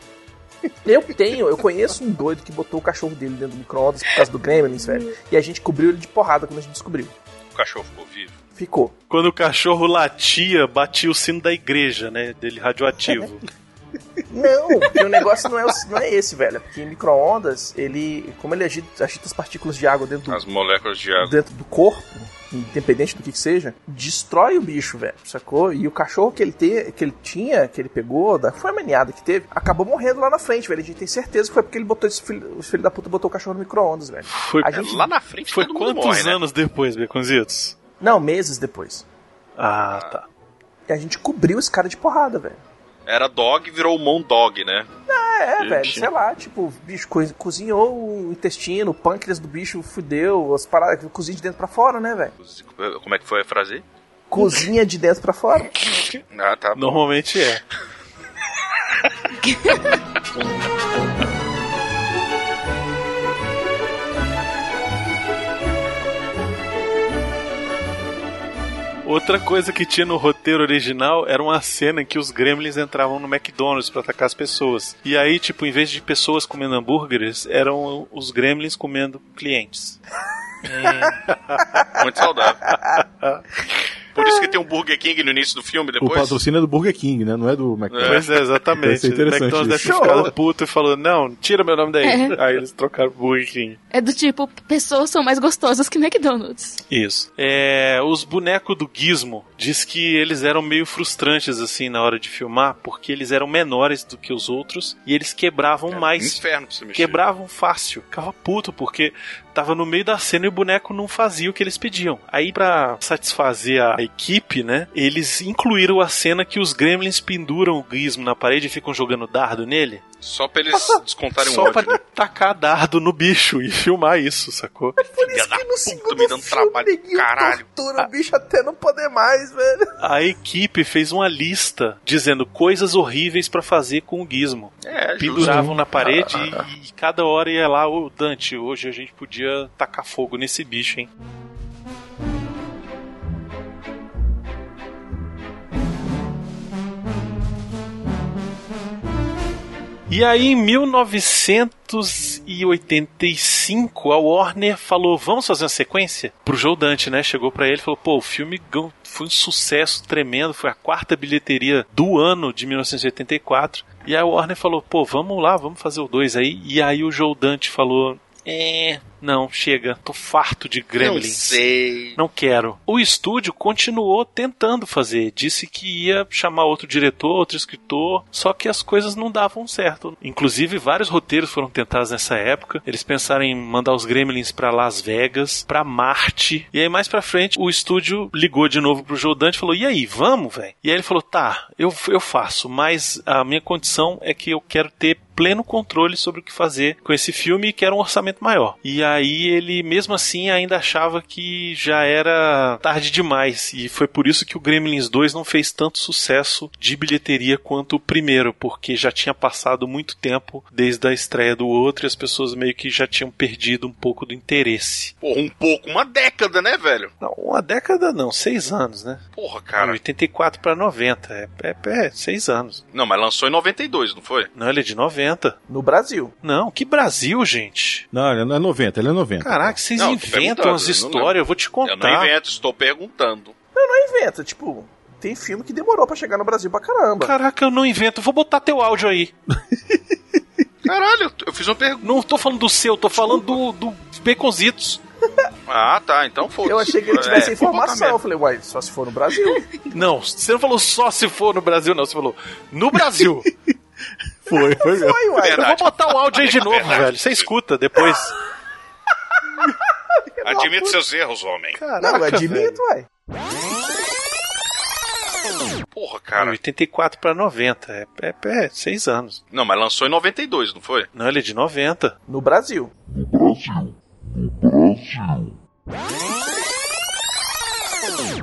Speaker 3: Eu tenho, eu conheço um doido que botou o cachorro dele dentro do micro-ondas por causa do Gremlins, velho. E a gente cobriu ele de porrada quando a gente descobriu.
Speaker 5: O cachorro ficou vivo.
Speaker 3: Ficou.
Speaker 1: Quando o cachorro latia, batia o sino da igreja, né? Dele radioativo.
Speaker 3: Não, porque o negócio não é, o- não é esse, velho. Porque micro-ondas, ele. Como ele agita, agita as partículas de água dentro do
Speaker 5: As moléculas de água.
Speaker 3: dentro do corpo, independente do que, que seja, destrói o bicho, velho, sacou? E o cachorro que ele, te, que ele tinha, que ele pegou, da, foi a maniada que teve, acabou morrendo lá na frente, velho. A gente tem certeza que foi porque ele botou esse filho, os filhos da puta botou o cachorro no micro-ondas, velho.
Speaker 1: Foi,
Speaker 3: A gente-
Speaker 5: Lá na frente
Speaker 1: foi
Speaker 5: todo mundo
Speaker 1: quantos
Speaker 5: morre, né?
Speaker 1: anos depois, Beconzitos?
Speaker 3: Não, meses depois.
Speaker 1: Ah, tá.
Speaker 3: E a gente cobriu esse cara de porrada, velho.
Speaker 5: Era dog, virou mondog, né?
Speaker 3: É,
Speaker 5: Gente.
Speaker 3: velho, sei lá, tipo, o bicho co- cozinhou o intestino, o pâncreas do bicho fudeu, as paradas, cozinha de dentro pra fora, né, velho?
Speaker 5: Como é que foi a frase?
Speaker 3: Cozinha de dentro pra fora.
Speaker 5: Ah, tá. bom.
Speaker 1: Normalmente é. Outra coisa que tinha no roteiro original era uma cena em que os gremlins entravam no McDonald's pra atacar as pessoas. E aí, tipo, em vez de pessoas comendo hambúrgueres, eram os gremlins comendo clientes.
Speaker 5: Muito saudável. Por isso que tem um Burger King no início do filme
Speaker 2: O
Speaker 5: depois.
Speaker 2: patrocínio é do Burger King, né? Não é do McDonald's.
Speaker 1: Pois é,
Speaker 2: Deve
Speaker 1: exatamente.
Speaker 2: ser interessante
Speaker 1: McDonald's deve ter
Speaker 2: isso.
Speaker 1: ficado puto e falou: Não, tira meu nome daí.
Speaker 4: É.
Speaker 1: Aí eles trocaram pro Burger King.
Speaker 4: É do tipo, pessoas são mais gostosas que McDonald's.
Speaker 1: Isso. É, os bonecos do Gizmo diz que eles eram meio frustrantes assim na hora de filmar, porque eles eram menores do que os outros e eles
Speaker 5: É
Speaker 1: quebravam é mais.
Speaker 5: Um Inferno pra você mexer.
Speaker 1: Quebravam fácil. Ficava puto porque tava no meio da cena e o boneco não fazia o que eles pediam. Aí, pra satisfazer a equipe, né? Eles incluíram a cena que os gremlins penduram o gizmo na parede e ficam jogando dardo nele.
Speaker 5: Só pra eles descontarem o
Speaker 1: Só
Speaker 5: um ódio.
Speaker 1: pra tacar dardo no bicho e filmar isso, sacou?
Speaker 5: Filha da puta, me dando um trabalho do caralho. Ah.
Speaker 3: tortura o bicho até não poder mais, velho.
Speaker 1: A equipe fez uma lista dizendo coisas horríveis pra fazer com o gizmo.
Speaker 5: É, justo. Ah,
Speaker 1: Penduravam na parede e, e cada hora ia lá, ô Dante, hoje a gente podia tacar fogo nesse bicho, hein? E aí, em 1985, a Warner falou: vamos fazer uma sequência? Pro Joe Dante, né? Chegou pra ele e falou: pô, o filme gan- foi um sucesso tremendo, foi a quarta bilheteria do ano de 1984. E a Warner falou: pô, vamos lá, vamos fazer o dois aí. E aí, o Joe Dante falou: é, não, chega, tô farto de
Speaker 5: Não
Speaker 1: gremlins.
Speaker 5: sei.
Speaker 1: Não quero. O estúdio continuou tentando fazer, disse que ia chamar outro diretor, outro escritor, só que as coisas não davam certo. Inclusive, vários roteiros foram tentados nessa época. Eles pensaram em mandar os Gremlins pra Las Vegas, pra Marte. E aí mais pra frente, o estúdio ligou de novo pro Joe Dante e falou: "E aí, vamos, velho?" E aí ele falou: "Tá, eu eu faço, mas a minha condição é que eu quero ter pleno controle sobre o que fazer com esse filme e que era um orçamento maior. E aí ele, mesmo assim, ainda achava que já era tarde demais. E foi por isso que o Gremlins 2 não fez tanto sucesso de bilheteria quanto o primeiro, porque já tinha passado muito tempo desde a estreia do outro e as pessoas meio que já tinham perdido um pouco do interesse.
Speaker 5: Porra, um pouco, uma década, né, velho?
Speaker 1: Não, uma década não, seis anos, né?
Speaker 5: Porra,
Speaker 1: Cara.
Speaker 5: cara.
Speaker 1: 84 pra 90, é, é, é seis anos.
Speaker 5: Não, mas lançou em 92, não foi?
Speaker 1: Não, ele é de 90.
Speaker 3: No Brasil.
Speaker 1: Não, que Brasil, gente.
Speaker 2: Não, ele não é 90, ele é 90.
Speaker 1: Caraca, vocês
Speaker 5: Não, tô
Speaker 1: inventam
Speaker 5: perguntando,
Speaker 1: umas
Speaker 5: eu não
Speaker 1: histórias,
Speaker 5: lembro.
Speaker 1: é eu vou te
Speaker 5: Eu não
Speaker 1: contar.
Speaker 5: invento, É estou perguntando.
Speaker 3: Inventa, tipo, tem filme que demorou pra chegar no Brasil pra caramba.
Speaker 1: Caraca, eu não invento. Vou botar teu áudio aí.
Speaker 5: Caralho, eu fiz uma pergunta.
Speaker 1: Não tô falando do seu, tô falando do, do Baconzitos.
Speaker 5: Ah, tá, então foda-se.
Speaker 3: Eu achei que ele tivesse
Speaker 5: É,
Speaker 3: informação. Eu
Speaker 5: vou botar
Speaker 3: falei, uai, só se for no Brasil.
Speaker 1: Não, você não falou só se for no Brasil, não. Você falou no Brasil.
Speaker 2: Foi, foi
Speaker 5: é.
Speaker 2: mesmo.
Speaker 3: Foi, uai.
Speaker 1: eu vou botar o áudio aí de novo,
Speaker 5: Verdade.
Speaker 1: velho. Você escuta depois.
Speaker 5: merda.
Speaker 3: "Ah,
Speaker 5: Admita seus erros, homem.
Speaker 3: Não, eu
Speaker 1: Caraca, velho.
Speaker 3: admito, uai.
Speaker 5: Porra,
Speaker 1: Cara,
Speaker 5: cara.
Speaker 1: 84 pra 90, é, é, é seis anos.
Speaker 5: Não, mas lançou em 92, não foi?
Speaker 1: Não, ele é de 90.
Speaker 3: No Brasil.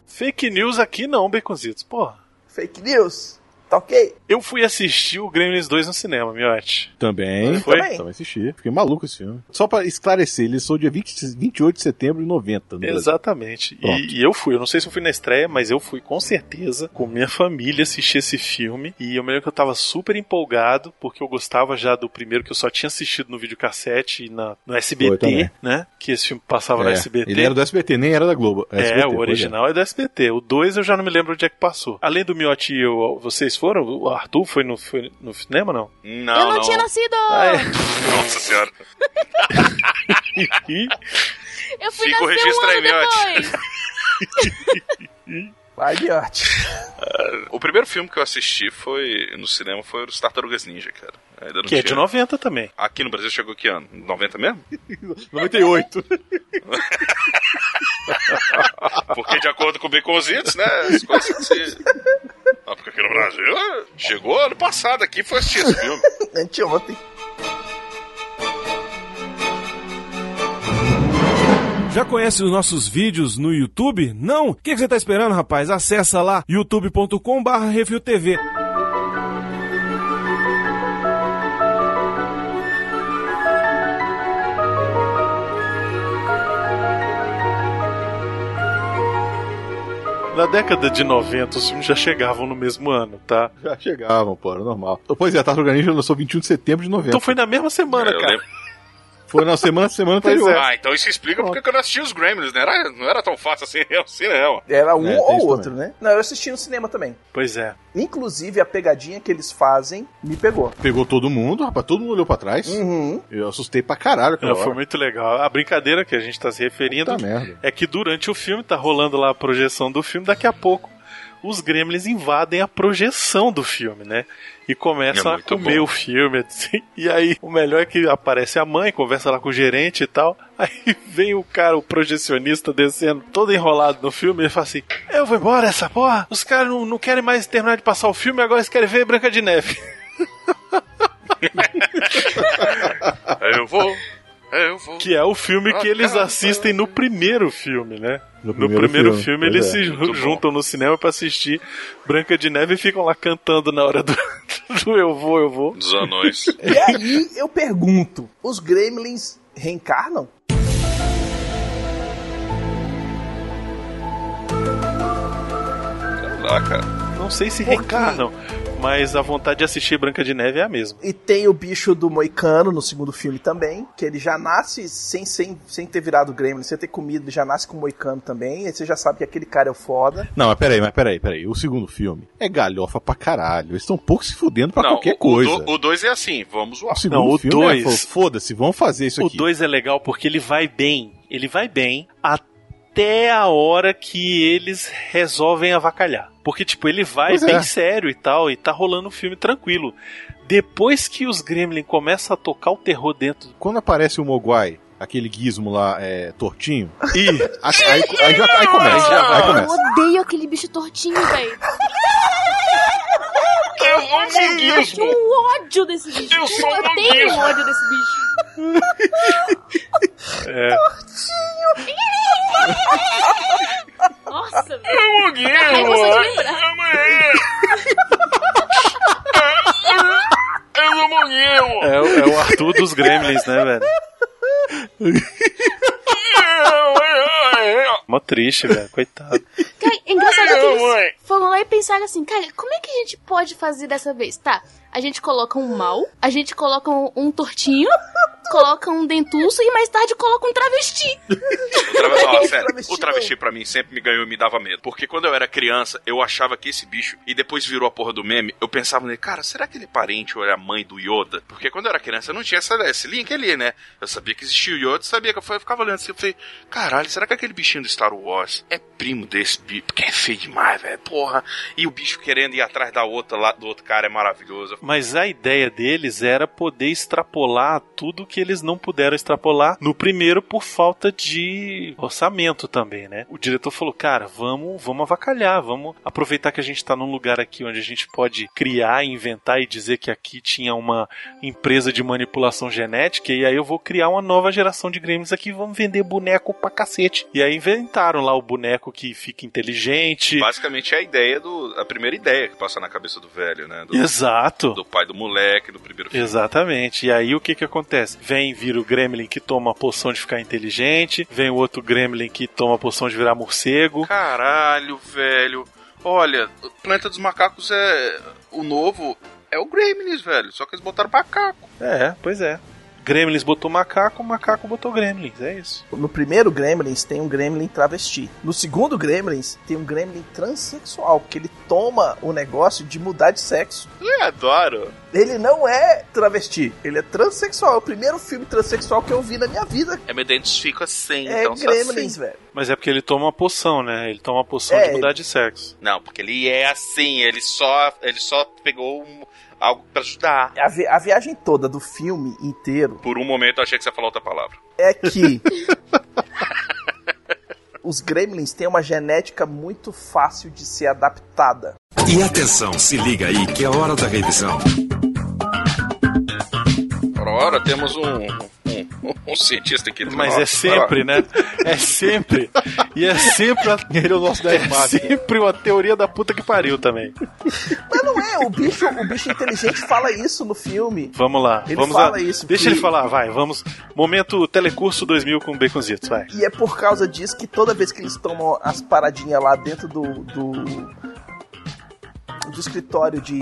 Speaker 1: Fake news aqui não, Baconzitos, porra.
Speaker 3: Fake news. Tá ok?
Speaker 1: Eu fui assistir o Gremlins 2 no cinema, Miote.
Speaker 2: Também.
Speaker 1: Foi?
Speaker 3: Também.
Speaker 2: Então assisti. Fiquei maluco esse filme. Só pra esclarecer, ele sou dia 20, 28 de setembro de 90. no Brasil.
Speaker 1: Exatamente.
Speaker 2: Pronto.
Speaker 1: E, e eu fui. Eu não sei se eu fui na estreia, mas eu fui com certeza com minha família assistir esse filme. E eu me lembro que eu tava super empolgado, porque eu gostava já do primeiro que eu só tinha assistido no videocassete e na, no SBT,
Speaker 2: também.
Speaker 1: né? Que esse filme passava no
Speaker 2: É,
Speaker 1: SBT.
Speaker 2: Ele era do SBT, nem era da Globo. SBT,
Speaker 1: é, o
Speaker 2: pois
Speaker 1: original é. do SBT. O 2 eu já não me lembro onde é que passou. Além do Miotti e eu, vocês foram? O Arthur foi no, foi no cinema, não?
Speaker 5: Não,
Speaker 4: eu não, tinha nascido!
Speaker 1: Ah, é.
Speaker 5: Nossa senhora.
Speaker 1: E-
Speaker 4: Eu fui
Speaker 5: Fica
Speaker 4: nascer um
Speaker 5: o registro
Speaker 4: ano
Speaker 5: aí, Miotti.
Speaker 4: depois!
Speaker 3: Vai, Miotti.
Speaker 5: O primeiro filme que eu assisti foi no cinema foi os Tartarugas Ninja, cara. Ainda não
Speaker 1: que é
Speaker 5: tinha.
Speaker 1: de 90 também.
Speaker 5: Aqui no Brasil chegou que ano? 90 mesmo?
Speaker 2: é. 98.
Speaker 5: Porque de acordo com o Baconzitos, né? As coisas se... Ah, porque aqui no Brasil eh, chegou ano passado aqui foi assistir esse filme.
Speaker 3: Anteontem.
Speaker 8: Já conhece os nossos vídeos no YouTube? Não? O que que você tá esperando, rapaz? Acessa lá youtube.com barra RefilTV.
Speaker 1: Na década de 90, os filmes já chegavam no mesmo ano, tá?
Speaker 2: Já chegavam, pô, era normal. Pois é, a Tartaruga Ninja lançou 21 de setembro de 90.
Speaker 1: Então foi na mesma semana,
Speaker 5: É, Eu
Speaker 1: cara.
Speaker 5: lembro.
Speaker 2: Foi na semana, semana
Speaker 1: Pois
Speaker 3: é.
Speaker 2: anterior.
Speaker 5: Ah, então isso explica porque que eu não assisti os Gremlins, né? Era- não era tão fácil assim, eu sei não.
Speaker 3: Era um
Speaker 2: É, tem
Speaker 3: ou
Speaker 2: isso
Speaker 3: outro, né? Não, eu assisti no cinema também.
Speaker 1: Pois é.
Speaker 3: Inclusive, a pegadinha que eles fazem me pegou.
Speaker 2: Ah, Pegou todo mundo, rapaz, todo mundo olhou pra trás.
Speaker 5: Hum.
Speaker 3: Uhum.
Speaker 2: Eu assustei pra caralho aquela
Speaker 1: Não,
Speaker 2: hora.
Speaker 1: foi muito legal. A brincadeira que a gente tá se referindo
Speaker 2: Puta merda.
Speaker 1: é que durante o filme, tá rolando lá a projeção do filme, daqui a pouco os gremlins invadem a projeção do filme, né? E começam
Speaker 5: É
Speaker 1: a
Speaker 5: muito
Speaker 1: comer
Speaker 5: bom.
Speaker 1: o filme, assim. E aí, o melhor é que aparece a mãe, conversa lá com o gerente e tal. Aí vem o cara, o projecionista, descendo, todo enrolado no filme, e ele fala assim: Eu vou embora essa porra! Os caras não, não querem mais terminar de passar o filme, agora eles querem ver Branca de Neve.
Speaker 5: Eu vou.
Speaker 7: Eu vou.
Speaker 1: Que é o filme que
Speaker 7: Ah,
Speaker 1: eles
Speaker 7: cara,
Speaker 1: assistem no primeiro filme, né?
Speaker 2: No
Speaker 1: No
Speaker 2: primeiro
Speaker 1: primeiro,
Speaker 2: filme,
Speaker 1: filme,
Speaker 2: pois
Speaker 1: eles
Speaker 2: é,
Speaker 1: se ju- juntam no cinema pra assistir Branca de Neve e ficam lá cantando na hora do, do Eu Vou, Eu Vou.
Speaker 5: Dos anões.
Speaker 3: E aí eu pergunto: os gremlins reencarnam?
Speaker 5: Sei lá, Tá, cara.
Speaker 1: Não sei se
Speaker 3: Por quê?
Speaker 1: reencarnam, mas a vontade de assistir Branca de Neve é a mesma.
Speaker 3: E tem o bicho do Moicano no segundo filme também, que ele já nasce sem, sem, sem ter virado Gremlin, sem ter comido, ele já nasce com o Moicano também, aí você já sabe que aquele cara é o foda.
Speaker 2: Não, mas peraí, mas peraí, peraí. O segundo filme é galhofa pra caralho. Eles estão um pouco se fudendo pra
Speaker 5: não,
Speaker 2: qualquer
Speaker 5: o-
Speaker 2: coisa.
Speaker 5: O 2 é assim, vamos zoar.
Speaker 2: O segundo
Speaker 1: Não, o
Speaker 2: filme
Speaker 1: dois-
Speaker 2: é, pô, foda-se, vamos fazer isso
Speaker 1: O
Speaker 2: aqui.
Speaker 1: 2 é legal porque ele vai bem. Ele vai bem até a hora que eles resolvem avacalhar. Porque, tipo, ele vai
Speaker 2: Pois é.
Speaker 1: bem sério e tal, e tá rolando um filme tranquilo. Depois que os Gremlin começam a tocar o terror dentro.
Speaker 2: Quando aparece o Mogwai, aquele gizmo lá, é, tortinho, e aí, aí- aí já, tá, aí começa, aí
Speaker 4: Eu
Speaker 2: começa.
Speaker 4: odeio aquele bicho tortinho, velho.
Speaker 7: Eu vou
Speaker 4: Eu tinha
Speaker 7: seguir.
Speaker 4: um ódio desse bicho.
Speaker 7: Eu sou um
Speaker 4: tenho
Speaker 7: mangueiro.
Speaker 4: ódio desse bicho.
Speaker 1: É,
Speaker 4: Nossa, velho.
Speaker 7: Eu vou seguir.
Speaker 4: Aí você te lembra.
Speaker 7: Eu vou morrer.
Speaker 1: é, o- é o Arthur dos Gremlins, né, velho? Mó triste, velho. Coitado.
Speaker 4: Cara, é engraçado que
Speaker 7: Não,
Speaker 4: eles
Speaker 7: mãe.
Speaker 4: foram lá e pensaram assim, cara, como é que a gente pode fazer dessa vez? Tá, a gente coloca um mal, a gente coloca um, um tortinho, coloca um dentuço e mais tarde coloca um travesti.
Speaker 5: O trave- ó, sério,
Speaker 3: Travesti
Speaker 5: o travesti pra mim sempre me ganhou e me dava medo. Porque quando eu era criança, eu achava que esse bicho, e depois virou a porra do meme, eu pensava nele, cara, será que ele é parente ou era mãe do Yoda? Porque quando eu era criança, eu não tinha essa, esse link ali, né? Eu sabia que existia o Yoda, sabia que eu, fui- eu ficava olhando assim, eu falei, caralho, será que aquele bichinho do Star Wars é primo desse bicho? Porque é feio demais, velho, porra. E o bicho querendo ir atrás da outra, lá, do outro cara, é maravilhoso.
Speaker 1: Mas a ideia deles era poder extrapolar tudo que eles não puderam extrapolar no primeiro por falta de orçamento também, né? O diretor falou, cara, vamos, vamos avacalhar, vamos aproveitar que a gente tá num lugar aqui onde a gente pode criar, inventar e dizer que aqui tinha uma empresa de manipulação genética e aí eu vou criar uma nova geração de gremlins aqui, vamos vender boneco pra cacete. E aí inventaram lá o boneco que fica inteligente.
Speaker 5: Basicamente é a ideia do. a primeira ideia que passa na cabeça do velho, né? Do,
Speaker 1: Exato.
Speaker 5: do pai do moleque, do primeiro filho.
Speaker 1: Exatamente. E aí o que que acontece? Vem vira o gremlin que toma a poção de ficar inteligente, vem o outro gremlin que toma a poção de virar morcego.
Speaker 5: Caralho, velho. Olha, o Planeta dos Macacos é. O novo é o Gremlins, velho. Só que eles botaram macaco.
Speaker 1: É, pois é. Gremlins botou macaco, macaco botou gremlins, é isso.
Speaker 3: No primeiro Gremlins tem um Gremlin travesti. No segundo Gremlins tem um Gremlin transexual, porque ele toma o negócio de mudar de sexo.
Speaker 5: Eu adoro.
Speaker 3: Ele não é travesti, ele é transexual. É o primeiro filme transexual que eu vi na minha vida.
Speaker 5: Eu me identifico assim,
Speaker 3: É
Speaker 5: então só
Speaker 3: Gremlins,
Speaker 5: assim.
Speaker 3: velho.
Speaker 1: Mas é porque ele toma uma poção, né? Ele toma a poção
Speaker 3: É,
Speaker 1: de mudar de sexo.
Speaker 5: Não, porque ele é assim, ele só. Ele só pegou um- algo pra ajudar.
Speaker 3: A, vi- a viagem toda do filme inteiro
Speaker 5: Por um momento eu achei que você falou outra palavra.
Speaker 3: é que os gremlins têm uma genética muito fácil de ser adaptada.
Speaker 9: E atenção, se liga aí que é hora da revisão.
Speaker 5: Ora, ora, temos um. um, um, um cientista aqui.
Speaker 1: Mas é sempre, né? É sempre. E é sempre. A...
Speaker 2: Ele é o nosso da
Speaker 1: É sempre uma teoria da puta que pariu também.
Speaker 3: Mas não é, o bicho, o bicho inteligente fala isso no filme.
Speaker 1: Vamos lá.
Speaker 3: Ele
Speaker 1: vamos
Speaker 3: fala
Speaker 1: lá.
Speaker 3: isso,
Speaker 1: Deixa
Speaker 3: porque-
Speaker 1: ele falar, vai. Vamos. Momento Telecurso 2000 com Baconzitos, vai.
Speaker 3: E é por causa disso que toda vez que eles tomam as paradinhas lá dentro do. do, do escritório de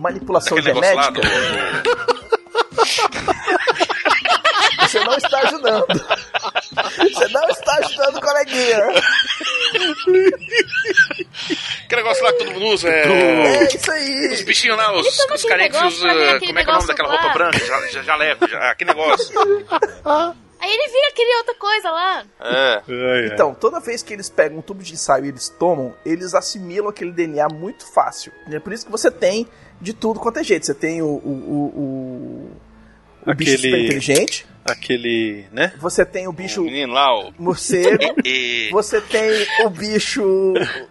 Speaker 3: manipulação
Speaker 1: é
Speaker 5: Aquele negócio lá
Speaker 3: genética,
Speaker 5: do. do-
Speaker 3: você não está ajudando. Você não está ajudando o coleguinha.
Speaker 7: Aquele negócio lá que todo mundo usa
Speaker 3: É
Speaker 7: é.
Speaker 3: isso
Speaker 5: Os
Speaker 3: aí.
Speaker 5: bichinhos lá, os,
Speaker 4: Então,
Speaker 5: os
Speaker 4: aquele
Speaker 5: carinha que
Speaker 4: negócio
Speaker 5: usa.
Speaker 4: pra ver aquele
Speaker 5: Como é que é o nome
Speaker 4: negócio
Speaker 5: daquela roupa
Speaker 4: lá.
Speaker 5: branca? Já, já, já leva, já, aquele negócio.
Speaker 4: Aí ele vira aquele outra coisa lá.
Speaker 5: É.
Speaker 1: Ai, ai.
Speaker 3: Então, toda vez que eles pegam um tubo de ensaio e eles tomam, eles assimilam aquele DNA muito fácil. É por isso que você tem de tudo quanto é jeito. Você tem o. o, o, o o bicho
Speaker 1: Aquele-
Speaker 3: super inteligente,
Speaker 1: Aquele, né?
Speaker 3: você tem o
Speaker 5: O
Speaker 3: bicho
Speaker 5: menino lá, o.
Speaker 3: morcego,
Speaker 5: E...
Speaker 3: Você tem o bicho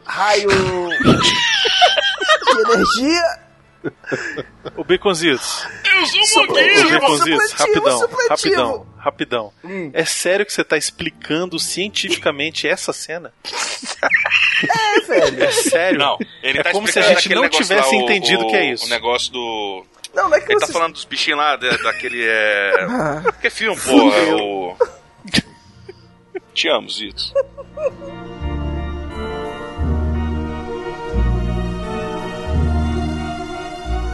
Speaker 3: raio de energia.
Speaker 1: O Baconzitos.
Speaker 7: Eu sou um
Speaker 1: Ô,
Speaker 7: modelo!
Speaker 1: Baconzitos,
Speaker 3: supletivo,
Speaker 1: rapidão,
Speaker 3: supletivo.
Speaker 1: rapidão, rapidão.
Speaker 3: Hum.
Speaker 1: É sério que você tá explicando cientificamente essa cena?
Speaker 3: É, velho.
Speaker 1: É sério?
Speaker 5: Não, ele
Speaker 1: É
Speaker 5: tá
Speaker 1: como se
Speaker 5: explicando
Speaker 1: a gente
Speaker 5: aquele
Speaker 1: não
Speaker 5: negócio
Speaker 1: tivesse
Speaker 5: lá, o-
Speaker 1: entendido o que é isso.
Speaker 5: O negócio do.
Speaker 3: Não, não é que
Speaker 5: Ele
Speaker 3: você.
Speaker 5: tá falando dos bichinhos lá, da- daquele. É...
Speaker 3: Ah,
Speaker 5: Que filme, pô? É o. Te amo, Zito.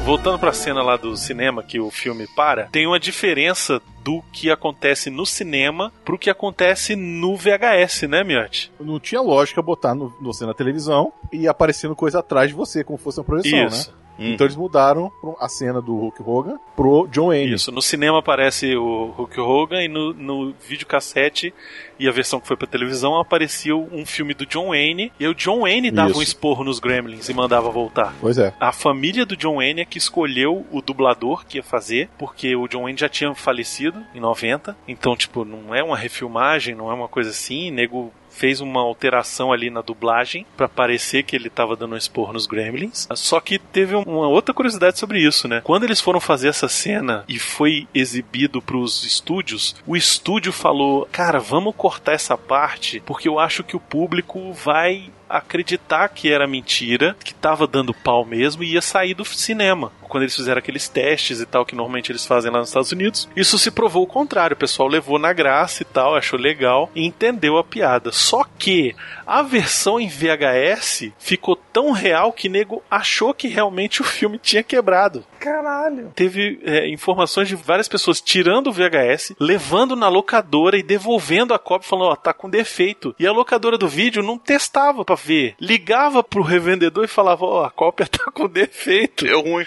Speaker 1: Voltando pra cena lá do cinema que o filme para, tem uma diferença do que acontece no cinema pro que acontece no VHS, né, Miotti?
Speaker 2: Não tinha lógica botar no, você na televisão e aparecendo coisa atrás de você, como fosse uma projeção, né?
Speaker 1: Isso.
Speaker 2: Então eles mudaram pro- a cena do Hulk Hogan pro John Wayne.
Speaker 1: Isso, no cinema aparece o Hulk Hogan e no, no videocassete e a versão que foi pra televisão apareceu um filme do John Wayne e o John Wayne dava
Speaker 2: Isso.
Speaker 1: um esporro nos Gremlins e mandava voltar.
Speaker 2: Pois é.
Speaker 1: A família do John Wayne é que escolheu o dublador que ia fazer, porque o John Wayne já tinha falecido em 90. Então, tipo, não é uma refilmagem, não é uma coisa assim. O nego fez uma alteração ali na dublagem pra parecer que ele tava dando um expor nos Gremlins. Só que teve um, uma outra curiosidade sobre isso, né? Quando eles foram fazer essa cena e foi exibido pros estúdios, o estúdio falou: "Cara, vamos cortar essa parte, porque eu acho que o público vai acreditar que era mentira, que tava dando pau mesmo e ia sair do cinema. Quando eles fizeram aqueles testes e tal, que normalmente eles fazem lá nos Estados Unidos, isso se provou o contrário. O pessoal levou na graça e tal, achou legal e entendeu a piada. Só que a versão em VHS ficou tão real que nego achou que realmente o filme tinha quebrado
Speaker 3: caralho.
Speaker 1: teve é, informações de várias pessoas tirando o VHS, levando na locadora e devolvendo a cópia, falando, ó, tá com defeito. E a locadora do vídeo não testava pra ver. Ligava pro revendedor e falava, ó, a cópia tá com defeito.
Speaker 5: Deu ruim.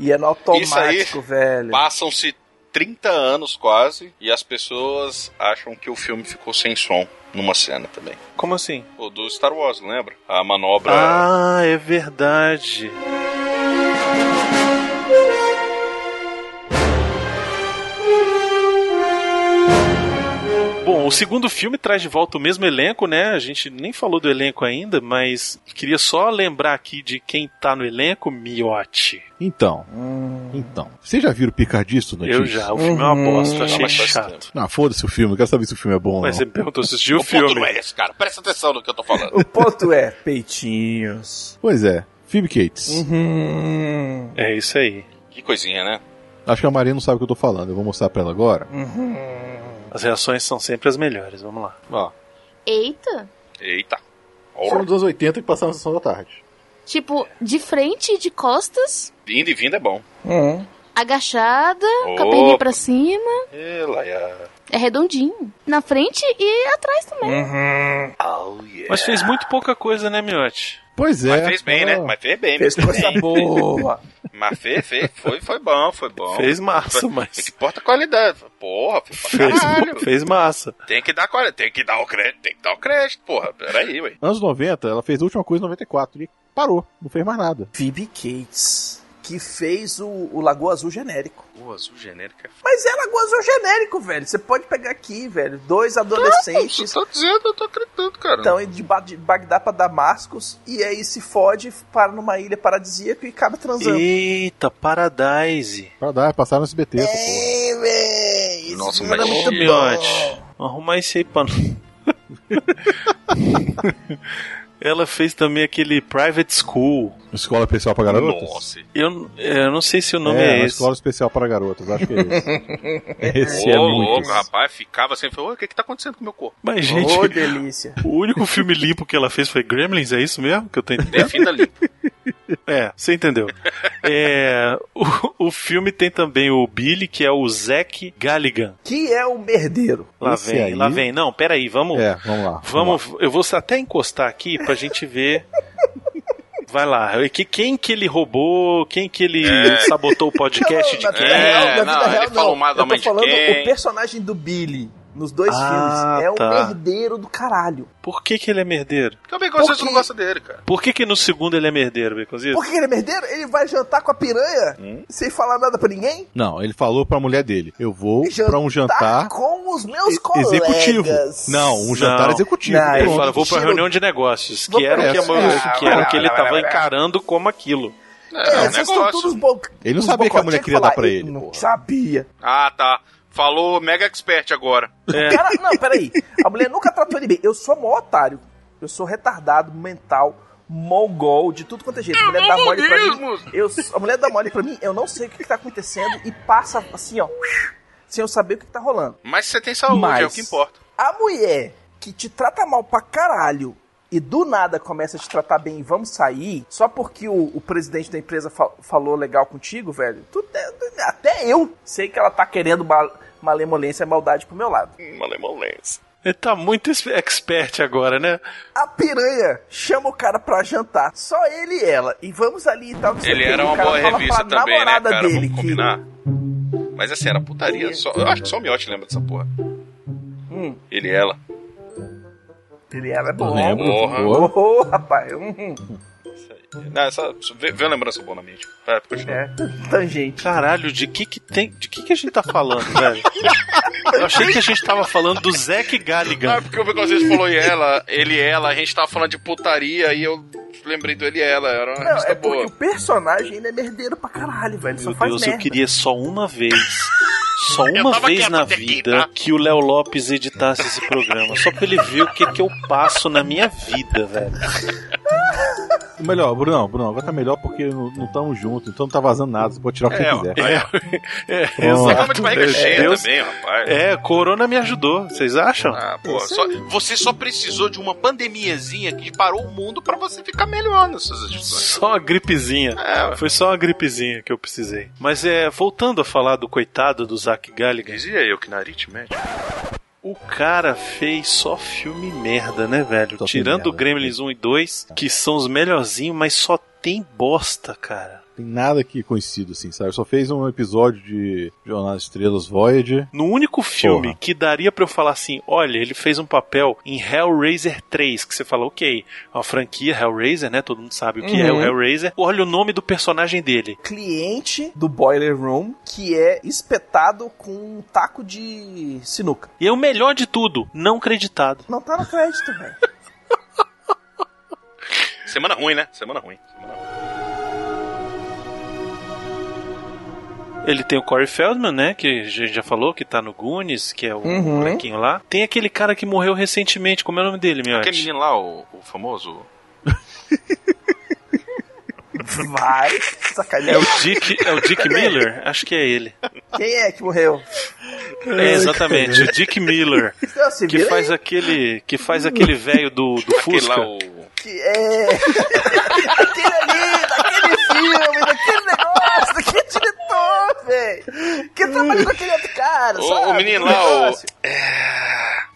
Speaker 3: E é no
Speaker 5: Isso aí.
Speaker 3: automático, velho.
Speaker 5: Passam-se 30 anos quase e as pessoas acham que o filme ficou sem som numa cena também.
Speaker 1: Como assim?
Speaker 5: O do Star Wars, lembra? A manobra.
Speaker 1: Ah, é verdade. Bom, o segundo filme traz de volta o mesmo elenco, né? A gente nem falou do elenco ainda, mas queria só lembrar aqui de quem tá no elenco, Miotti.
Speaker 2: Então,
Speaker 10: Hum.
Speaker 2: então. Vocês já viram Picardisto
Speaker 1: Eu
Speaker 2: notícias?
Speaker 1: já, o filme é uma bosta, achei
Speaker 5: Uhum. mas faz
Speaker 1: chato.
Speaker 2: Ah, foda-se o filme, eu quero saber se o filme é bom ou
Speaker 1: Mas
Speaker 2: não.
Speaker 1: você me perguntou se assistiu o
Speaker 5: ponto não
Speaker 1: filme.
Speaker 5: é esse, cara. Presta atenção no que eu tô falando.
Speaker 3: O ponto é peitinhos.
Speaker 2: Pois é, Phoebe
Speaker 10: Hum.
Speaker 2: Cates.
Speaker 3: Uhum.
Speaker 1: É isso aí.
Speaker 5: que coisinha, né?
Speaker 2: Acho que a Maria não sabe o que eu tô falando, eu vou mostrar pra ela agora.
Speaker 10: Hum.
Speaker 3: uhum,
Speaker 1: As reações são sempre as melhores, vamos lá.
Speaker 2: Ó,
Speaker 4: Eita.
Speaker 5: Eita.
Speaker 10: Foram
Speaker 5: Ora,
Speaker 10: dos anos 80 que passaram na sessão da tarde.
Speaker 4: Tipo, de frente e de costas,
Speaker 5: Indo e vindo é bom.
Speaker 3: Uhum.
Speaker 4: agachada, com a
Speaker 5: Opa.
Speaker 4: perninha pra cima.
Speaker 5: Ela é.
Speaker 4: É redondinho. Na frente e atrás também.
Speaker 5: Oh, yeah.
Speaker 1: Mas fez muito pouca coisa, né, Miotti?
Speaker 2: Pois é.
Speaker 5: Mas fez bem, né?
Speaker 2: ela-
Speaker 5: Mas fez bem.
Speaker 3: Fez coisa boa.
Speaker 5: Mas fez, fez. Foi, foi bom, foi bom.
Speaker 1: Fez massa,
Speaker 5: Tem
Speaker 1: mas...
Speaker 5: que porta qualidade. Porra, fez pra
Speaker 1: Fez,
Speaker 5: caralho.
Speaker 1: fez massa.
Speaker 5: Tem que dar qualidade. Tem que dar o crédito. Tem que dar o crédito, porra. Peraí, ué.
Speaker 2: Anos 90, ela fez a última coisa em 94 e parou, não fez mais nada.
Speaker 3: Phoebe Cates, que fez o, o Lagoa Azul genérico.
Speaker 5: O azul genérico é
Speaker 3: Mas é Lagoa Azul genérico, velho. Você pode pegar aqui, velho. Dois adolescentes
Speaker 5: tá dizendo, eu tô acreditando, cara.
Speaker 3: Então, indo de, ba de Bagdá pra Damascos, e aí se fode, para numa ilha paradisíaca e acaba transando.
Speaker 1: Eita, Paradise.
Speaker 2: Pra dar, passaram no SBT, essa porra.
Speaker 3: É, véi.
Speaker 5: Nossa,
Speaker 3: Era
Speaker 5: mas-
Speaker 3: muito
Speaker 1: Filhote, arrumar esse aí pra nós. Ela fez também aquele Private School.
Speaker 10: É.
Speaker 2: Escola especial pra garotas?
Speaker 5: Nossa.
Speaker 1: Eu, eu não sei se o nome
Speaker 2: é,
Speaker 1: é,
Speaker 2: uma
Speaker 1: esse.
Speaker 2: escola especial para garotas, acho que é esse. esse
Speaker 5: Ô,
Speaker 2: é muito.
Speaker 5: louco, rapaz, ficava assim, falou, "Ô, o que que tá acontecendo com o meu corpo?
Speaker 1: Mas, gente,
Speaker 3: Ô, delícia.
Speaker 1: o único filme limpo que ela fez foi Gremlins, é isso mesmo que eu tô entendendo?
Speaker 5: Defina ali.
Speaker 1: É, você entendeu. É, o, o filme tem também o Billy, que é o Zack Galligan.
Speaker 3: Que é o merdeiro.
Speaker 1: Lá
Speaker 2: Esse
Speaker 1: vem,
Speaker 2: aí-
Speaker 1: lá vem. Não, peraí, vamos.
Speaker 2: É, vamos lá.
Speaker 1: Vamos, eu vou até encostar aqui pra gente ver. Vai lá, e que- quem que ele roubou, quem que ele sabotou o podcast de
Speaker 3: na
Speaker 1: quem?
Speaker 3: vida real, na vida
Speaker 5: não, ele
Speaker 3: real,
Speaker 5: falou mal da
Speaker 3: Eu
Speaker 5: mãe
Speaker 3: tô
Speaker 5: de
Speaker 3: falando
Speaker 5: quem.
Speaker 3: o personagem do Billy nos dois
Speaker 1: Ah,
Speaker 3: filmes. É
Speaker 1: tá.
Speaker 3: um merdeiro do caralho.
Speaker 1: Por que que ele é merdeiro?
Speaker 5: Também bem que vocês
Speaker 3: Por
Speaker 5: não
Speaker 3: quê?
Speaker 5: gostam dele, cara.
Speaker 1: Por que que no segundo ele é merdeiro, Beconzito?
Speaker 3: Por que ele é merdeiro? Ele vai jantar com a piranha sem falar nada pra ninguém?
Speaker 2: Não, ele falou pra mulher dele: eu vou pra um jantar
Speaker 3: com os meus
Speaker 2: e-
Speaker 3: colegas.
Speaker 2: executivo. Não, um jantar
Speaker 1: Não.
Speaker 2: executivo.
Speaker 3: Não,
Speaker 1: Ele
Speaker 3: Pronto,
Speaker 1: fala, vou pra
Speaker 3: tiro-
Speaker 1: reunião de negócios,
Speaker 3: Vou
Speaker 1: que era o que, a
Speaker 2: pra-
Speaker 1: mo- que era o que ele
Speaker 5: Ah, vai, vai,
Speaker 1: tava
Speaker 5: vai, vai.
Speaker 1: encarando como aquilo.
Speaker 5: É,
Speaker 3: É,
Speaker 5: é um
Speaker 3: vocês estão todos
Speaker 5: negócio.
Speaker 3: bo...
Speaker 2: Ele não
Speaker 3: os
Speaker 2: sabia que a mulher
Speaker 3: bocotinhos
Speaker 2: queria
Speaker 3: falar,
Speaker 2: dar pra ele,
Speaker 3: Não
Speaker 2: porra."
Speaker 3: sabia.
Speaker 5: Ah, tá. Falou mega expert agora.
Speaker 1: É.
Speaker 3: Cara, não, peraí. A mulher nunca tratou ele bem. Eu sou mó otário. Eu sou retardado, mental, mongol, de tudo quanto é jeito. A mulher dá mole pra mim. Eu, a mulher dá mole pra mim, eu não sei o que, que tá acontecendo e passa assim, ó. Sem eu saber o que, que tá rolando.
Speaker 5: Mas você tem saúde,
Speaker 3: Mas-
Speaker 5: é o que importa.
Speaker 3: A mulher que te trata mal pra caralho e do nada começa a te tratar bem e vamos sair, só porque o, o presidente da empresa fa- falou legal contigo, velho, tu, te- tu- até eu sei que ela tá querendo mal, malemolência e maldade pro meu lado.
Speaker 1: Ele tá muito es- expert agora, né?
Speaker 3: A piranha chama o cara pra jantar, só ele e ela, e vamos ali e tal. não sei
Speaker 5: Ele
Speaker 3: o quê.
Speaker 5: era
Speaker 3: O
Speaker 5: uma
Speaker 3: cara
Speaker 5: boa
Speaker 3: fala
Speaker 5: revista
Speaker 3: pra
Speaker 5: também, né,
Speaker 3: namorada
Speaker 5: cara?
Speaker 3: dele
Speaker 5: Vamos
Speaker 3: que-
Speaker 5: combinar. Mas essa era putaria. Só, eu acho que só o Miotti lembra dessa porra.
Speaker 3: Hum.
Speaker 5: Ele e ela.
Speaker 3: Ele era bom.
Speaker 2: lembro.
Speaker 5: Porra.
Speaker 3: Ô, ô, rapaz, hum, hum,
Speaker 5: Não, essa, vê, vê uma lembrança boa na mente. Vai, continua.
Speaker 3: é, tangente.
Speaker 1: Caralho, de que que tem, de que que a gente tá falando, velho? Eu achei que a gente tava falando do Zack
Speaker 7: Ah,
Speaker 5: é
Speaker 1: Galligan.
Speaker 7: porque o vocês falou e ela, ele e ela, a gente tava falando de putaria e eu lembrei do ele e ela, era uma
Speaker 3: Não,
Speaker 7: revista
Speaker 3: é porque
Speaker 7: boa.
Speaker 3: o personagem ainda é merdeiro pra caralho, velho. Só
Speaker 1: Meu
Speaker 3: faz
Speaker 1: Deus, eu
Speaker 3: merda.
Speaker 1: queria só uma vez, só uma
Speaker 7: tava
Speaker 1: vez
Speaker 7: quieto
Speaker 1: na
Speaker 7: até aqui,
Speaker 1: vida
Speaker 7: tá?
Speaker 1: que o Léo Lopes editasse esse programa, só pra ele ver o que que eu passo na minha vida, velho.
Speaker 2: Melhor, Brunão, Brunão, agora tá melhor porque não não tamo junto, então não tá vazando nada, você pode tirar o que
Speaker 5: É, ó.
Speaker 2: quiser.
Speaker 1: É, é,
Speaker 2: Pronto.
Speaker 5: Tava de barriga
Speaker 1: Meu
Speaker 5: cheia
Speaker 1: Deus.
Speaker 5: também, rapaz.
Speaker 1: É, Corona me ajudou, vocês acham?
Speaker 5: Ah, pô, só- você só precisou de uma pandemiazinha que parou o mundo pra você ficar melhor nessas discussões.
Speaker 1: Só uma gripezinha.
Speaker 5: É, ué.
Speaker 1: Foi só uma gripezinha que eu precisei. Mas é, voltando a falar do coitado do Zack Galligan,
Speaker 5: Dizia eu que na aritmética.
Speaker 1: O cara fez só filme merda, né, velho?
Speaker 2: Só filme
Speaker 1: Tirando
Speaker 2: merda, Tá.
Speaker 1: o Gremlins 1 e 2, que são os melhorzinhos, mas só tem bosta, cara.
Speaker 2: Tem nada aqui conhecido, assim, sabe? Só fez um episódio de Jornada das Estrelas Voyager.
Speaker 1: No único filme
Speaker 2: Porra.
Speaker 1: que daria pra eu falar assim, olha, ele fez um papel em Hellraiser 3, que você fala, ok, é uma franquia Hellraiser, né? Todo mundo sabe o que é o
Speaker 3: Uhum.
Speaker 1: Hellraiser. Olha o nome do personagem dele.
Speaker 3: cliente do Boiler Room que é espetado com um taco de sinuca.
Speaker 1: E é o melhor de tudo, não creditado.
Speaker 3: Não tá no crédito, velho.
Speaker 5: Semana ruim, né? Semana ruim. Semana ruim.
Speaker 1: Ele tem o Corey Feldman, né? Que a gente já falou, que tá no Goonies, que é o
Speaker 3: Uhum.
Speaker 1: molequinho lá. Tem aquele cara que morreu recentemente, como é o nome dele, meu
Speaker 5: Aquele menino lá, o, o famoso.
Speaker 3: Vai,
Speaker 1: É
Speaker 3: sacanagem.
Speaker 1: o Dick, é o Dick Miller? Acho que é ele.
Speaker 3: Quem é que morreu?
Speaker 1: É, exatamente, o Dick Miller,
Speaker 3: Então, se
Speaker 1: que
Speaker 3: vira
Speaker 1: faz aquele, que faz aquele velho do, do
Speaker 5: Aquele lá,
Speaker 1: Fusca.
Speaker 5: o.
Speaker 3: aí que é... daquele ali, daquele filme, daquele negócio, daquele diretor, velho. Que trabalha com aquele outro cara,
Speaker 5: O-
Speaker 3: sabe?
Speaker 5: o menino
Speaker 3: Que
Speaker 5: lá, o-
Speaker 3: negócio.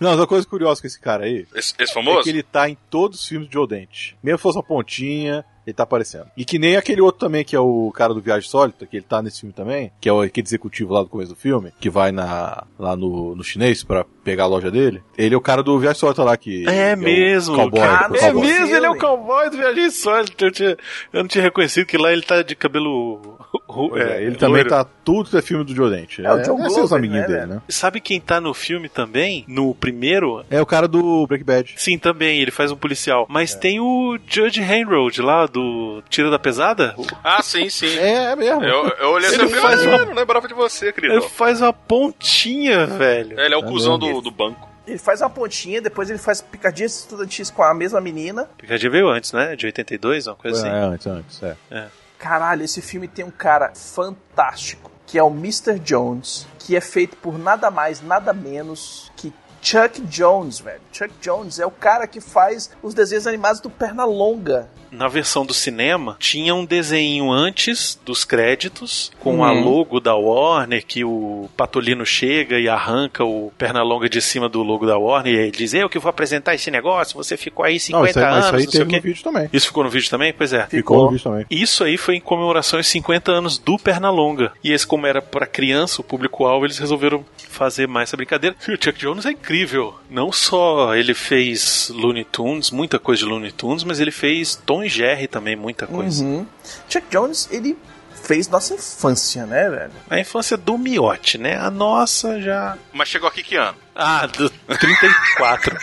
Speaker 2: Não, uma coisa curiosa com esse cara aí
Speaker 5: Esse, esse
Speaker 2: é
Speaker 5: famoso?
Speaker 2: que ele tá em todos os filmes de Joe Dante. Mesmo que fosse uma pontinha, ele tá aparecendo. E que nem aquele outro também, que é o cara do Viagem Sólita, que ele tá nesse filme também, que é o aquele executivo lá do começo do filme, que vai na, lá no, no chinês pra pegar a loja dele. Ele é o cara do Viagem Sólita lá, que
Speaker 1: É
Speaker 2: que o
Speaker 1: mesmo,
Speaker 2: Cowboy,
Speaker 3: cara,
Speaker 2: o
Speaker 3: é
Speaker 1: É
Speaker 2: cowboy.
Speaker 1: mesmo, ele é o
Speaker 3: Filme.
Speaker 1: cowboy do Viagem Sólita. Eu, tinha- eu não tinha reconhecido que lá ele tá de cabelo Ru-
Speaker 2: Pois é, ele
Speaker 1: loiro.
Speaker 2: também tá tudo que é filme do Jodente.
Speaker 3: É, o John
Speaker 2: esses são os
Speaker 3: Glover,
Speaker 2: amiguinhos
Speaker 3: né,
Speaker 2: dele, né?
Speaker 1: Sabe quem tá no filme também? No primeiro?
Speaker 2: É o cara do Break Bad.
Speaker 1: Sim, também, ele faz um policial.
Speaker 2: É.
Speaker 1: Mas tem o Judge Hanroad lá do Tira da Pesada.
Speaker 5: Ah, sim, sim.
Speaker 2: É, é mesmo.
Speaker 5: Eu, eu olhei
Speaker 1: Ele
Speaker 5: seu filme
Speaker 1: faz
Speaker 5: mas
Speaker 1: uma-
Speaker 5: eu não lembrava de você, querido.
Speaker 1: Ele faz uma pontinha, velho.
Speaker 5: É, ele é o
Speaker 2: Tá
Speaker 5: cuzão
Speaker 2: bom.
Speaker 5: do, do banco.
Speaker 3: Ele faz uma pontinha, depois ele faz picadinhas estudantis com a mesma menina.
Speaker 1: Picadinha veio antes, né? De 82, uma coisa
Speaker 2: É,
Speaker 1: assim.
Speaker 2: antes, antes, é.
Speaker 3: Caralho, esse filme tem um cara fantástico, que é o Mr. Jones, que é feito por nada mais, nada menos que Chuck Jones, velho. Chuck Jones é o cara que faz os desenhos animados do Pernalonga.
Speaker 1: Na versão do cinema, tinha um desenho antes dos créditos, com a
Speaker 2: Uhum.
Speaker 3: Hum.
Speaker 1: logo da Warner, que o Patolino chega e arranca o Pernalonga de cima do logo da Warner e ele diz, eu que vou apresentar esse negócio, você ficou aí 50
Speaker 2: Não, isso aí, mas
Speaker 1: anos,
Speaker 2: isso aí
Speaker 1: não sei
Speaker 2: teve
Speaker 1: o
Speaker 2: um no
Speaker 1: quê.
Speaker 2: vídeo também.
Speaker 1: Isso ficou no vídeo também? Pois é.
Speaker 2: Ficou no vídeo também.
Speaker 1: Isso aí foi em comemoração aos 50 anos do Pernalonga. E esse, como era pra criança, o público-alvo, eles resolveram fazer mais essa brincadeira. E o Chuck Jones é incrível. Não só ele fez Looney Tunes, muita coisa de Looney Tunes, mas ele fez Tom e Jerry também, muita coisa.
Speaker 3: Uhum. Chuck Jones, ele fez nossa infância, né, velho?
Speaker 1: A infância do Miote, né? A nossa já.
Speaker 5: Mas chegou aqui que ano?
Speaker 1: Ah, do 34.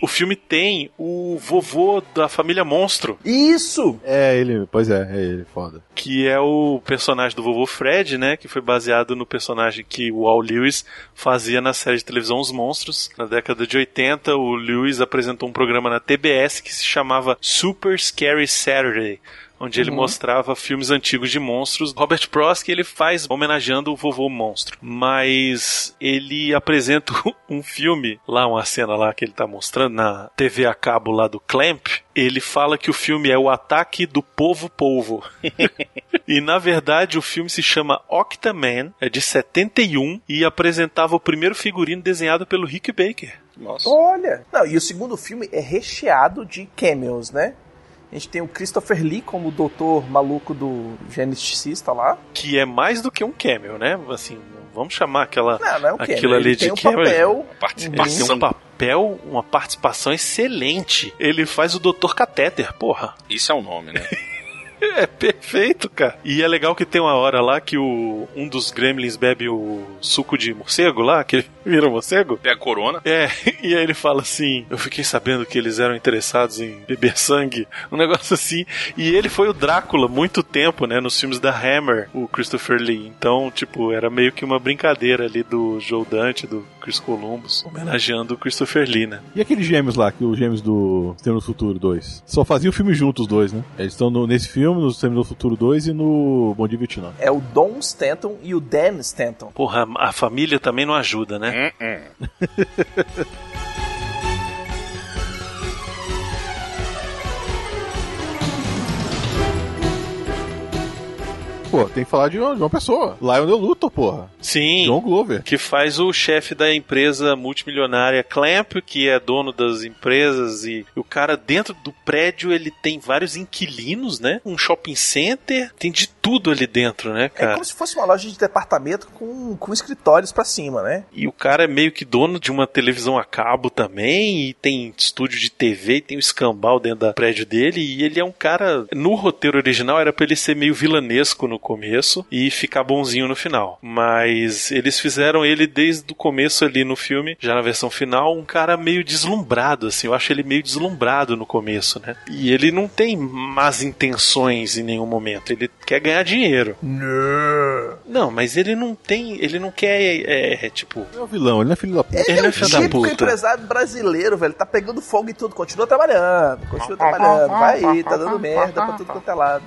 Speaker 1: O filme tem o vovô da família Monstro,
Speaker 3: Isso!
Speaker 2: É, ele, pois é, é ele, foda.
Speaker 1: que é o personagem do vovô Fred, né? Que foi baseado no personagem que o Al Lewis fazia na série de televisão Os Monstros. Na década de 80, o Lewis apresentou um programa na TBS que se chamava Super Scary Saturday. Onde ele mostrava filmes antigos de monstros. Robert Prosky ele faz homenageando o vovô monstro. Mas ele apresenta um filme, lá uma cena lá que ele tá mostrando na TV a cabo lá do Clamp. Ele fala que o filme é o ataque do povo polvo. E na verdade o filme se chama Octaman, é de 71 e apresentava o primeiro figurino desenhado pelo Rick Baker.
Speaker 5: Nossa.
Speaker 3: Olha! Não, e o segundo filme é recheado de cameos, né? A gente tem o Christopher Lee como o doutor maluco do geneticista lá.
Speaker 1: Que é mais do que um cameo, né? Assim, vamos chamar aquela.
Speaker 3: Não, não é um cameo.
Speaker 1: Aquilo ali
Speaker 3: ele
Speaker 1: de
Speaker 3: tem um
Speaker 1: cameo.
Speaker 3: papel.
Speaker 1: Ele tem
Speaker 5: Participação.
Speaker 1: um papel, uma participação excelente. Ele faz o Dr. Catéter, porra.
Speaker 5: Isso é um nome, né?
Speaker 1: É perfeito, cara. E é legal que tem uma hora lá que o, um dos gremlins bebe o suco de morcego lá, que ele vira morcego.
Speaker 5: Pega a corona.
Speaker 1: É, e aí ele fala assim: Eu fiquei sabendo que eles eram interessados em beber sangue, um negócio assim. E ele foi o Drácula muito tempo, né? Nos filmes da Hammer, o Christopher Lee. Então, tipo, era meio que uma brincadeira ali do Joe Dante, do Chris Columbus, homenageando o Christopher Lee, né?
Speaker 2: E aqueles gêmeos lá, que os gêmeos do Sistema do Futuro 2? Só faziam filme juntos, os dois, né? Eles estão no- nesse filme, no Sistema do Futuro 2 e no Bom Dia Vietnã.
Speaker 3: É o Don Stanton e o Dan Stanton.
Speaker 1: Porra, a família também não ajuda, né?
Speaker 2: Pô, tem que falar de uma, de uma pessoa. Lionel Luthor, porra.
Speaker 1: Sim.
Speaker 2: John Glover.
Speaker 1: que faz o chefe da empresa multimilionária Clamp, que é dono das empresas e o cara dentro do prédio ele tem vários inquilinos, né? Um shopping center, tem de tudo ali dentro, né,
Speaker 3: É
Speaker 1: cara?
Speaker 3: como se fosse uma loja de departamento com, com escritórios pra cima, né?
Speaker 1: E o cara é meio que dono de uma televisão a cabo também, e tem estúdio de TV, e tem um escambau dentro do prédio dele, e ele é um cara. No roteiro original era pra ele ser meio vilanesco no começo e ficar bonzinho no final. Mas eles fizeram ele desde o começo ali no filme, já na versão final, um cara meio deslumbrado, assim. Eu acho ele meio deslumbrado no começo, né? E ele não tem más intenções em nenhum momento, ele quer ganhar dinheiro. Não, mas ele não tem. Ele não quer, é, é, tipo.
Speaker 2: Ele é um vilão, ele não é tipo filho da puta.
Speaker 1: Ele é filho da
Speaker 3: típico
Speaker 1: puta.
Speaker 3: um empresário brasileiro, velho. Tá pegando fogo e tudo. Continua trabalhando, continua trabalhando. Vai aí, tá dando merda pra tudo quanto é lado.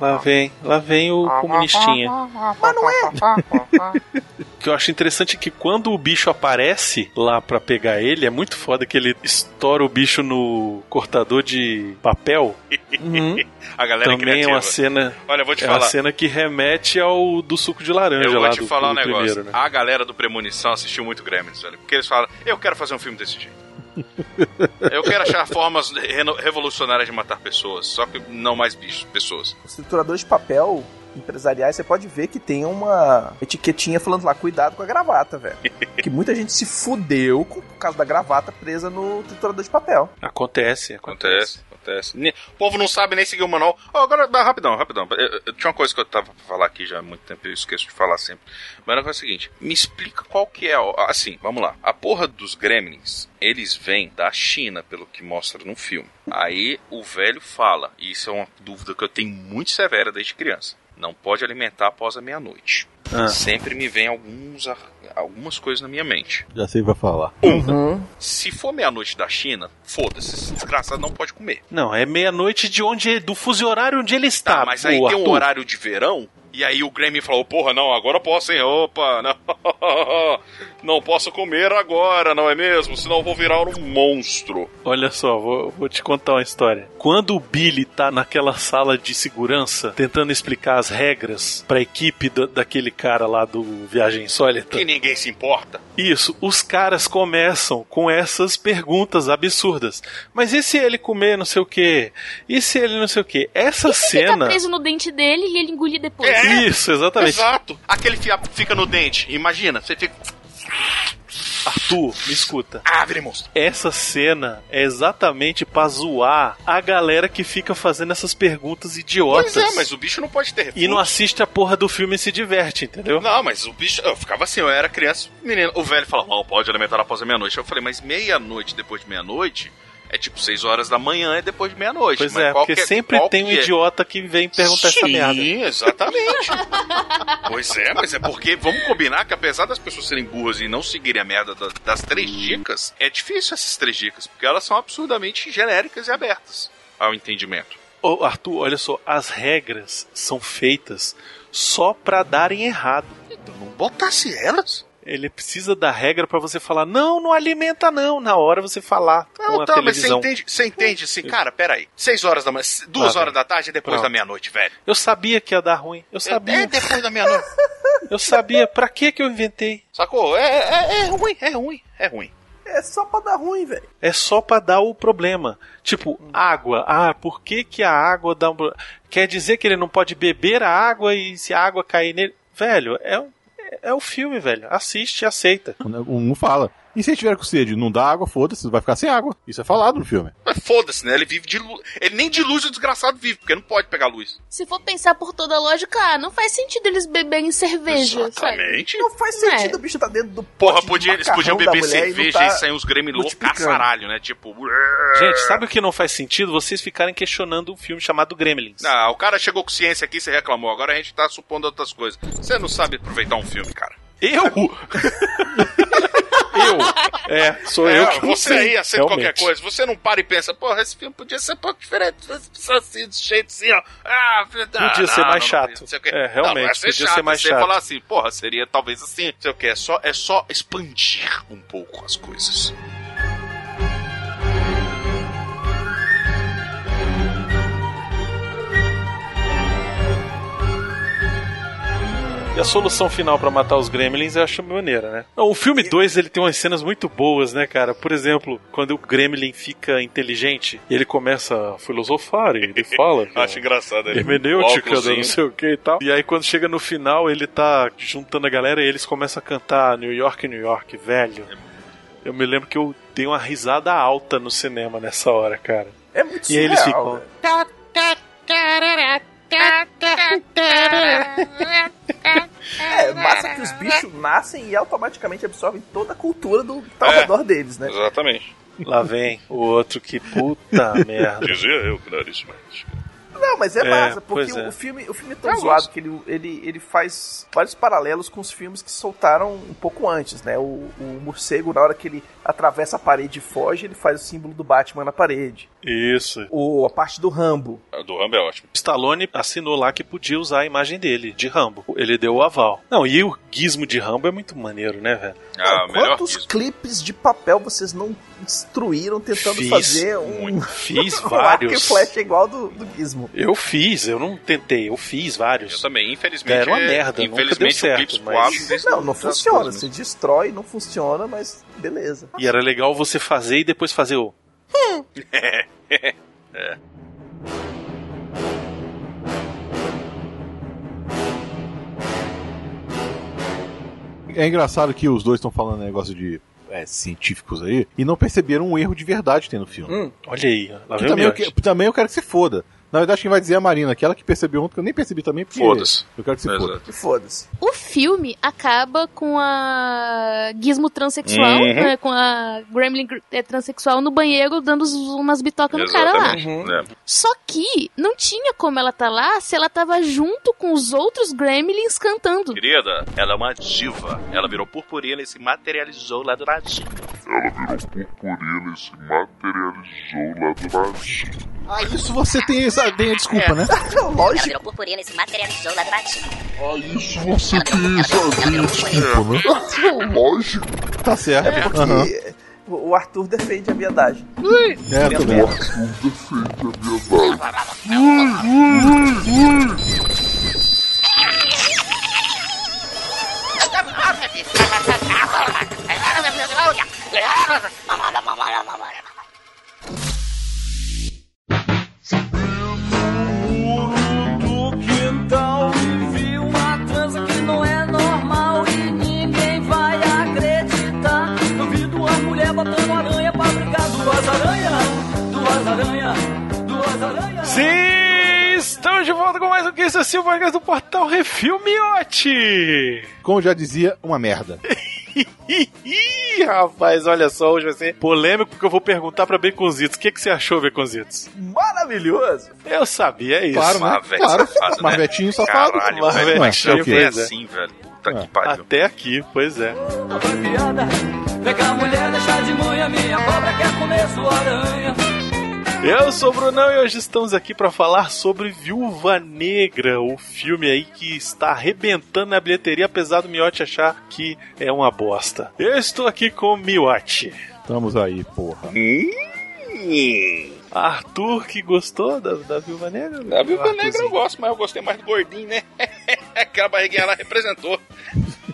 Speaker 1: Lá vem, lá vem o comunistinha.
Speaker 3: Mas não é.
Speaker 1: O que eu acho interessante é que quando o bicho aparece lá pra pegar ele, é muito foda que ele estoura o bicho no cortador de papel.
Speaker 5: A galera é
Speaker 1: Uhum. Também é
Speaker 5: criativa.
Speaker 1: uma cena,
Speaker 5: Olha, eu vou te
Speaker 1: é uma
Speaker 5: falar.
Speaker 1: cena que remete ao do suco de laranja
Speaker 5: Eu vou
Speaker 1: lá
Speaker 5: te
Speaker 1: do,
Speaker 5: falar um
Speaker 1: do
Speaker 5: negócio.
Speaker 1: primeiro, né?
Speaker 5: A galera do Premonição assistiu muito Gremlins, velho. Porque eles falam, eu quero fazer um filme desse jeito. eu quero achar formas reno- revolucionárias de matar pessoas. Só que não mais bichos, pessoas.
Speaker 3: Os trituradores de papel empresariais, você pode ver que tem uma etiquetinha falando lá, cuidado com a gravata, velho. que muita gente se fudeu com- por causa da gravata presa no triturador de papel.
Speaker 1: Acontece, acontece.
Speaker 5: Acontece, acontece. Ne- O povo não sabe nem seguir o manual. Ó, agora, bah, rapidão, rapidão. Eu, eu- eu- tinha uma coisa que eu tava pra falar aqui já há muito tempo e eu esqueço de falar sempre. Mas o negócio é o seguinte: me explica qual que é. o- Assim, vamos lá. A porra dos gremlins, eles vêm da China, pelo que mostra no filme. Aí o velho fala, e isso é uma dúvida que eu tenho muito severa desde criança: não pode alimentar após a meia-noite.
Speaker 1: Ah.
Speaker 5: Sempre me vem alguns, ar- algumas coisas na minha mente.
Speaker 2: Já sei o que vai falar.
Speaker 5: Se for meia-noite da China, foda-se, esse desgraçado não pode comer.
Speaker 1: Não, é meia-noite de onde do fuso horário onde ele está.
Speaker 5: Tá, mas aí
Speaker 1: o
Speaker 5: tem um
Speaker 1: Arthur.
Speaker 5: horário de verão. E aí o Grêmio falou, porra, não, agora eu posso, hein? Opa, não. Não posso comer agora, não é mesmo? Senão eu vou virar um monstro.
Speaker 1: Olha só, vou, vou te contar uma história. Quando o Billy tá naquela sala de segurança tentando explicar as regras pra equipe da- daquele cara lá do Viagem Insólita,
Speaker 5: Que ninguém se importa.
Speaker 1: Isso, os caras começam com essas perguntas absurdas. Mas e se ele comer não sei o quê? E se ele não sei o quê? Essa
Speaker 4: Fica
Speaker 1: cena.
Speaker 4: tá preso no dente dele e ele engolir depois.
Speaker 5: É.
Speaker 1: Isso, exatamente.
Speaker 5: Exato. Aquele fiapo que fica no dente. Imagina, você fica.
Speaker 1: Arthur, me escuta.
Speaker 5: Ah, virei monstro.
Speaker 1: Essa cena é exatamente pra zoar a galera que fica fazendo essas perguntas idiotas.
Speaker 5: Pois é, mas o bicho não pode ter
Speaker 1: E
Speaker 5: refúgio.
Speaker 1: não assiste a porra do filme e se diverte, entendeu?
Speaker 5: Não, mas o bicho. Eu ficava assim, eu era criança, menino. O velho falava, não, pode alimentar após a meia-noite. Eu falei, mas meia-noite depois de meia-noite é tipo 6 horas da manhã, é depois de meia-noite.
Speaker 1: Pois
Speaker 5: mas
Speaker 1: é,
Speaker 5: qual
Speaker 1: porque
Speaker 5: que
Speaker 1: sempre
Speaker 5: qual
Speaker 1: tem um
Speaker 5: que é?
Speaker 1: idiota que vem perguntar essa
Speaker 5: Sim,
Speaker 1: merda.
Speaker 5: exatamente. pois é, mas é porque vamos combinar que apesar das pessoas serem burras e não seguirem a merda da- das três
Speaker 1: Uhum.
Speaker 5: dicas, é difícil essas três dicas, porque elas são absurdamente genéricas e abertas ao entendimento.
Speaker 1: Ô, Arthur, olha só, as regras são feitas só pra darem errado.
Speaker 5: Não botasse elas?
Speaker 1: Ele precisa da regra pra você falar, não, não alimenta não, na hora você falar com
Speaker 5: Não,
Speaker 1: a
Speaker 5: tá, mas você
Speaker 1: televisão.
Speaker 5: entende, você entende assim, cara, peraí. Seis horas da manhã, duas
Speaker 1: Ah,
Speaker 5: horas
Speaker 1: velho.
Speaker 5: da tarde é depois
Speaker 1: Pronto.
Speaker 5: da meia-noite, velho.
Speaker 1: Eu sabia que ia dar ruim, eu
Speaker 5: É,
Speaker 1: sabia,
Speaker 5: depois da meia-noite.
Speaker 1: eu sabia, pra que que eu inventei?
Speaker 5: Sacou? É, é, é ruim, é ruim, é ruim.
Speaker 3: É só pra dar ruim, velho.
Speaker 1: É só pra dar o problema. Tipo, água. Ah, por que que a água dá um... pro- Quer dizer que ele não pode beber a água e se a água cair nele... Velho, é, um- é- é o filme, velho. Assiste e aceita.
Speaker 2: Um um fala. E se ele tiver com sede? Não dá água, foda-se, vai ficar sem água. Isso é falado no filme.
Speaker 5: Mas foda-se, né? Ele vive de luz. Ele nem de luz o desgraçado vive, porque não pode pegar luz.
Speaker 4: Se for pensar por toda a lógica, ah, não faz sentido eles beberem cerveja, sabe?
Speaker 5: Exatamente.
Speaker 3: Não faz
Speaker 4: Não é.
Speaker 3: sentido o bicho tá dentro do
Speaker 5: Porra,
Speaker 3: pote
Speaker 5: podia,
Speaker 3: de
Speaker 5: eles podiam
Speaker 3: macarrão da
Speaker 5: beber
Speaker 3: mulher e não
Speaker 5: cerveja
Speaker 3: tá-
Speaker 5: e sair uns Grêmio loucos pra
Speaker 3: multiplicando.
Speaker 5: caralho, né? Tipo.
Speaker 1: Gente, sabe o que não faz sentido? Vocês ficarem questionando um filme chamado Gremlins.
Speaker 5: Ah, o cara chegou com ciência aqui e você reclamou. Agora a gente tá supondo outras coisas. Você não sabe aproveitar um filme, cara.
Speaker 1: Eu? eu? É, sou eu que não
Speaker 5: você
Speaker 1: sei,
Speaker 5: aí aceita qualquer
Speaker 1: realmente.
Speaker 5: coisa. Você não para e pensa, porra, esse filme podia ser um pouco diferente. Esse precisa assim, desse jeito assim, ó. Ah,
Speaker 1: Podia ser mais chato.
Speaker 5: não sei o quê.
Speaker 1: É, realmente,
Speaker 5: vai
Speaker 1: podia ser mais
Speaker 5: você
Speaker 1: chato.
Speaker 5: falar assim, porra, seria talvez assim. Não sei o que. É só, é só expandir um pouco as coisas.
Speaker 1: E a solução final pra matar os gremlins eu acho maneira, né? Não, o filme 2 ele tem umas cenas muito boas, né, cara? Por exemplo, quando o gremlin fica inteligente e ele começa a filosofar e ele fala. que é
Speaker 5: Acho engraçado aí.
Speaker 1: Hermenêutica, da
Speaker 5: Óculosinho.
Speaker 1: não sei o que e tal. E aí, quando chega no final, ele tá juntando a galera e eles começam a cantar New York, New York, velho. Eu me lembro que eu dei uma risada alta no cinema nessa hora, cara.
Speaker 3: É muito
Speaker 1: E aí eles
Speaker 3: surreal,
Speaker 1: ficam.
Speaker 3: velho. É, massa que os bichos nascem e automaticamente absorvem toda a cultura do que tá ao
Speaker 5: É.
Speaker 3: redor deles, né?
Speaker 5: Exatamente.
Speaker 1: Lá vem o outro que puta merda.
Speaker 5: Dizia eu, Clarice, mas...
Speaker 3: Não, mas é,
Speaker 1: É,
Speaker 3: massa, porque
Speaker 1: pois é.
Speaker 3: o, filme, o filme é tão zoado que ele, ele, ele faz vários paralelos com os filmes que soltaram um pouco antes, né? O, o morcego, na hora que ele atravessa a parede e foge, ele faz o símbolo do Batman na parede.
Speaker 1: Isso.
Speaker 3: Ou a parte do Rambo.
Speaker 5: A do Rambo é ótimo.
Speaker 1: Stallone assinou lá que podia usar a imagem dele, de Rambo. Ele deu o aval. Não, e o gizmo de Rambo é muito maneiro, né, velho?
Speaker 5: Ah,
Speaker 3: Cara,
Speaker 5: melhor
Speaker 3: É, quantos
Speaker 5: disco.
Speaker 3: clipes de papel vocês não destruíram tentando
Speaker 1: Fiz
Speaker 3: fazer um,
Speaker 5: muito.
Speaker 1: Fiz
Speaker 3: um arco e
Speaker 1: vários.
Speaker 3: flecha igual do, do Gizmo?
Speaker 1: Eu fiz, eu não tentei, eu fiz
Speaker 5: Eu
Speaker 1: vários.
Speaker 5: também, infelizmente. é-
Speaker 1: Era uma merda, nunca deu
Speaker 5: Infelizmente,
Speaker 1: certo,
Speaker 5: o Clips
Speaker 1: mas-
Speaker 5: 4 desse-
Speaker 3: Não, não
Speaker 5: das
Speaker 3: funciona.
Speaker 5: coisas,
Speaker 3: Você
Speaker 5: né?
Speaker 3: destrói, não funciona, mas beleza.
Speaker 1: E era legal você fazer e depois fazer o.
Speaker 2: É engraçado que os dois estão falando negócio de é, científicos aí e não perceberam um erro de verdade que tem no filme.
Speaker 3: Hum.
Speaker 1: Olha aí, lá
Speaker 2: Que
Speaker 1: vem o
Speaker 2: também, eu
Speaker 1: Miotti.
Speaker 2: que- também eu quero que se foda. Na verdade, quem vai dizer é a Marina, aquela que percebeu ontem, que eu nem percebi também, porque
Speaker 5: Foda-se.
Speaker 2: eu quero que se
Speaker 5: Exato.
Speaker 2: foda.
Speaker 3: E foda-se.
Speaker 4: O filme acaba com a gizmo transexual,
Speaker 1: Uhum.
Speaker 4: né, com a gremlin gr- é, transexual no banheiro dando uns- umas bitocas no cara lá.
Speaker 5: Exatamente.
Speaker 3: Uhum.
Speaker 5: É.
Speaker 4: Só que não tinha como ela tá lá se ela tava junto com os outros gremlins cantando.
Speaker 5: Querida, ela é uma diva. Ela virou purpurina e se materializou lá do ladinho.
Speaker 2: Ah, isso você tem, essa- tem a desculpa, né?
Speaker 3: Lógico.
Speaker 11: virou purpurina e se materializou lá do latim.
Speaker 2: Tá certo. É,
Speaker 3: Porque eh, o o Arthur defende a viadagem.
Speaker 2: é, tudo bem.
Speaker 1: Sim, estamos de volta com mais um Que Isso Assim, o podcast do Portal Refil Miote.
Speaker 2: Como já dizia, uma merda.
Speaker 1: Ih, rapaz, olha só, hoje vai ser polêmico porque eu vou perguntar pra Baconzitos. O que, que você achou, Baconzitos?
Speaker 3: Maravilhoso.
Speaker 1: Eu sabia, é isso.
Speaker 2: Claro, né?
Speaker 5: Ah, velho,
Speaker 2: Claro.
Speaker 5: safado, né?
Speaker 2: Marvetinho safado.
Speaker 5: Caralho,
Speaker 2: Mas-
Speaker 5: velho.
Speaker 2: Ué,
Speaker 5: Mas,
Speaker 2: é o quê?
Speaker 1: né?
Speaker 5: é assim, velho. Puta
Speaker 1: Ah.
Speaker 5: que pariu.
Speaker 1: Até aqui, pois é. Eu sou o Brunão e hoje estamos aqui para falar sobre Viúva Negra, o filme aí que está arrebentando na bilheteria, apesar do Miotti achar que é uma bosta. Eu estou aqui com o Miotti.
Speaker 2: Estamos aí, porra.
Speaker 1: Arthur, que gostou da, da Viúva Negra?
Speaker 7: A Viúva
Speaker 1: Arthurzinho.
Speaker 7: Negra eu gosto, mas eu gostei mais do gordinho, né? Aquela barriguinha lá representou.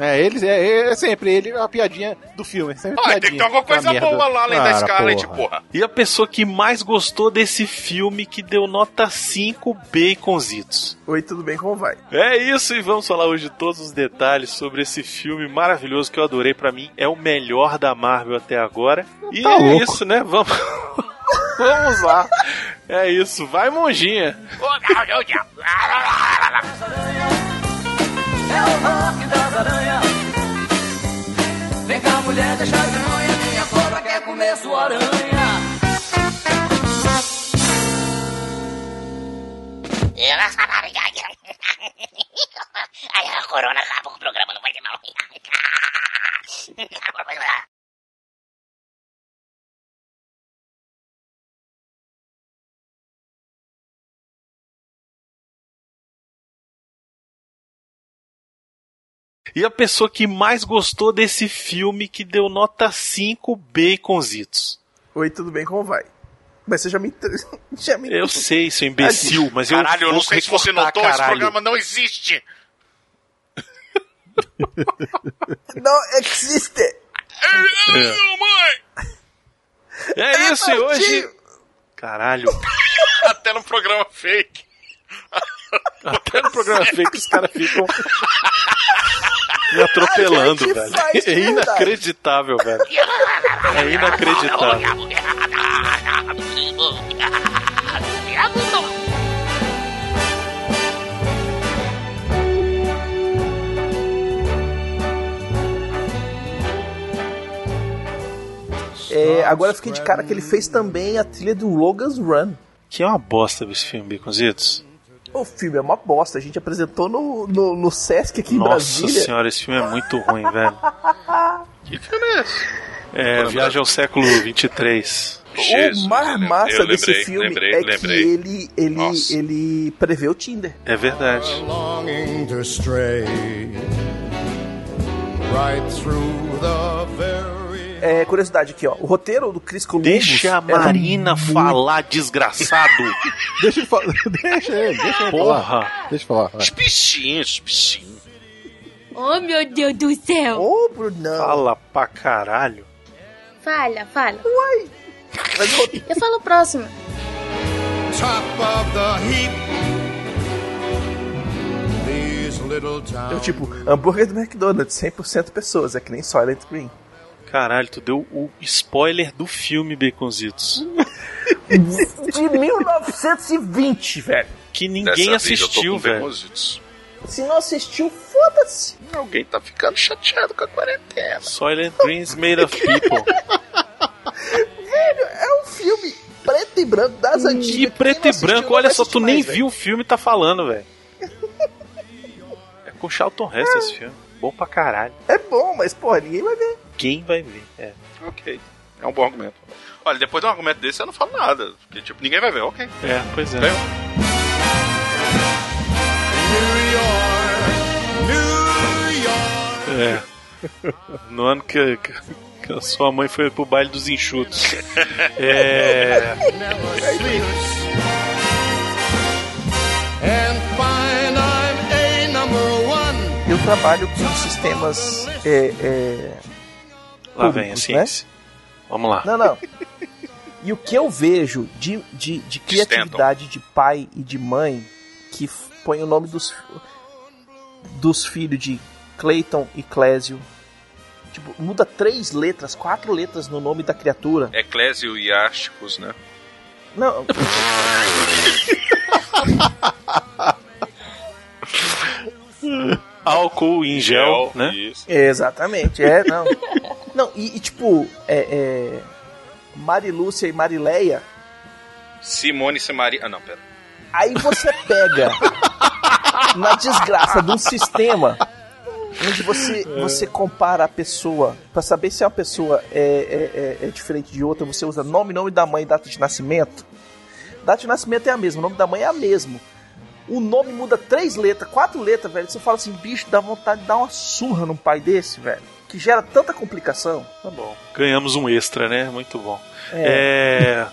Speaker 2: É, eles, é, é sempre ele, a piadinha do filme. é Sempre
Speaker 7: Ó,
Speaker 2: piadinha.
Speaker 7: tem que ter alguma coisa
Speaker 2: Uma merda.
Speaker 7: boa lá além da
Speaker 2: Cara,
Speaker 7: Scarlet, porra.
Speaker 1: E a pessoa que mais gostou desse filme, que deu nota 5 baconzitos.
Speaker 3: Oi, tudo bem? Como vai?
Speaker 1: É isso, e vamos falar hoje de todos os detalhes sobre esse filme maravilhoso que eu adorei. Pra mim, é o melhor da Marvel até agora. E
Speaker 2: Tá
Speaker 1: é
Speaker 2: louco.
Speaker 1: isso, né? Vamos. vamos lá. É isso, vai, Monjinha.
Speaker 11: Ai, a corona acaba com o programa, não vai ter mal.
Speaker 1: E a pessoa que mais gostou desse filme, que deu nota 5 baconzitos.
Speaker 3: Oi, tudo bem? Como vai? Mas você já me. entre- já me...
Speaker 1: Eu sei, seu imbecil, mas eu.
Speaker 7: Caralho, eu
Speaker 1: vou
Speaker 7: não sei se você
Speaker 1: recortar,
Speaker 7: notou, esse
Speaker 1: caralho.
Speaker 7: programa não existe.
Speaker 3: Não existe!
Speaker 7: Não, mãe!
Speaker 1: É isso, e hoje.
Speaker 3: Tio,
Speaker 1: Caralho,
Speaker 7: Até no programa fake.
Speaker 1: até no programa fake os caras ficam. Me atropelando,
Speaker 3: A gente
Speaker 1: velho.
Speaker 3: faz de
Speaker 1: É
Speaker 3: verdade.
Speaker 1: inacreditável, velvel É inacreditável.
Speaker 3: É, agora eu fiquei de cara que ele fez também a trilha do Logan's Run.
Speaker 1: Que é uma bosta esse filme, Baconzitos.
Speaker 3: O filme é uma bosta, a gente apresentou no, no, no Sesc aqui em
Speaker 1: Nossa
Speaker 3: Brasília.
Speaker 1: senhora, esse filme é muito ruim, velho.
Speaker 5: Que filme é esse?
Speaker 1: É, Viagem ao Século 23.
Speaker 5: Jesus,
Speaker 3: o
Speaker 7: né,
Speaker 3: mais
Speaker 5: eu
Speaker 3: massa
Speaker 5: lembrei,
Speaker 3: desse filme
Speaker 5: lembrei,
Speaker 3: é
Speaker 5: lembrei.
Speaker 3: que ele, ele,
Speaker 5: Nossa.
Speaker 3: ele prevê o Tinder.
Speaker 1: É verdade.
Speaker 3: É, curiosidade aqui, ó. O roteiro do Chris Columbus... é um
Speaker 1: Deixa a
Speaker 3: era
Speaker 1: Marina falar, desgraçado.
Speaker 2: Deixa ele falar. Deixa ele, deixa ele falar.
Speaker 1: Porra.
Speaker 2: Deixa eu falar. vai.
Speaker 5: Os bichinhos, os bichinhos.
Speaker 4: Oh meu Deus do céu!
Speaker 3: Ô, Brunão.
Speaker 1: Fala pra caralho.
Speaker 4: Falha, falha.
Speaker 3: Mas o roteiro-
Speaker 4: Eu falo o próximo.
Speaker 9: Top of the heap. These little
Speaker 3: Então, tipo, hambúrguer do McDonald's, 100% pessoas, é que nem Silent Green.
Speaker 1: Caralho, tu deu o spoiler do filme Baconzitos.
Speaker 3: De 1920, velho.
Speaker 1: Que
Speaker 5: Dessa
Speaker 1: ninguém
Speaker 5: vez eu tô
Speaker 1: assistiu,
Speaker 5: com
Speaker 1: velho.
Speaker 5: vergonzitos.
Speaker 3: Se não assistiu, foda-se.
Speaker 5: Alguém tá ficando chateado com a quarentena.
Speaker 1: Silent Dreams Made of People.
Speaker 3: Velho, é um filme preto e branco das antigas.
Speaker 1: Que
Speaker 3: Quem
Speaker 1: preto
Speaker 3: não
Speaker 1: e
Speaker 3: assistiu,
Speaker 1: branco,
Speaker 3: não
Speaker 1: olha
Speaker 3: vai
Speaker 1: só, tu
Speaker 3: assistir
Speaker 1: nem
Speaker 3: mais, velho.
Speaker 1: viu o filme e tá falando, velho. É com Charlton Heston esse filme. Bom pra caralho.
Speaker 3: É bom, mas porra, ninguém vai ver.
Speaker 1: Quem vai ver? É.
Speaker 5: Ok. É um bom argumento. Olha, depois de um argumento desse eu não falo nada. Porque, tipo, ninguém vai ver, ok.
Speaker 1: É, pois é. É. No ano que, que que a sua mãe foi pro baile dos enxutos. É.
Speaker 3: Eu trabalho com sistemas. É, é,
Speaker 1: Lá vem a
Speaker 3: Públicos,
Speaker 1: ciência. Vamos lá.
Speaker 3: Não, não. E o que eu vejo de, de, de criatividade de pai e de mãe que f- põe o nome dos, fi- dos filhos de Clayton e Clésio. Tipo, muda três letras, quatro letras no nome da criatura.
Speaker 5: Eclésio e Ásticos, né?
Speaker 3: Não,
Speaker 1: Álcool em gel, né?
Speaker 5: Isso.
Speaker 3: Exatamente, é, não. não, e, e, tipo, é, é, Marilúcia e Marileia,
Speaker 5: Simone e Maria. Ah, não, pera.
Speaker 3: aí você pega na desgraça de um sistema onde você, você compara a pessoa, pra saber se uma pessoa é, é, é, é diferente de outra, você usa nome, nome da mãe e data de nascimento. Data de nascimento é a mesma, o nome da mãe é a mesma. O nome muda três letras, quatro letras, velho. Você fala assim, bicho, dá vontade de dar uma surra num pai desse, velho. Que gera tanta complicação.
Speaker 1: Tá bom. Ganhamos um extra, né? Muito bom. É.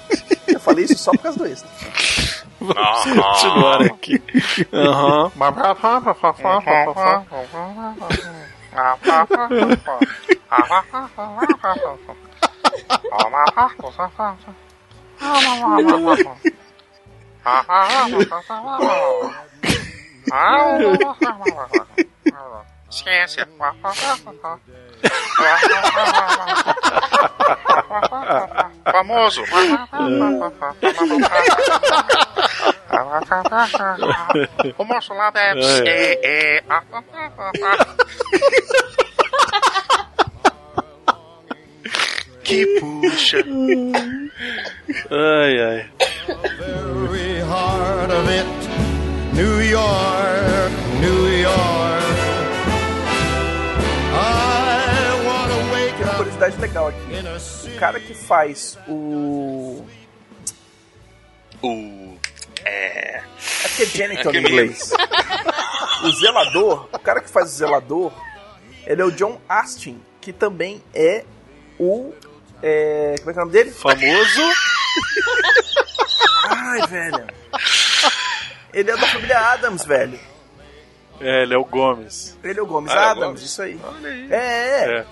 Speaker 3: Eu falei isso só por causa do extra.
Speaker 1: Vamos continuar aqui. Aham.
Speaker 7: Ciência. Famoso. O moço lá é.
Speaker 1: Ah,
Speaker 7: é, Ah, é. Que puxa.
Speaker 1: Ai, ai.
Speaker 3: Uma curiosidade legal aqui. O cara que faz o.
Speaker 5: O.
Speaker 3: É porque é janitor em inglês. O zelador, o cara que faz o zelador, ele é o John Astin, que também é o. é, como é que é o nome dele?
Speaker 1: Famoso.
Speaker 3: Ai, velho. Ele é da família Adams, velho.
Speaker 1: É, ele é o Gomes.
Speaker 3: Ele é o Gomes
Speaker 5: Ah, é o
Speaker 3: Adams,
Speaker 5: Gomes.
Speaker 3: isso aí.
Speaker 5: Olha aí.
Speaker 3: É, é, é.
Speaker 1: É.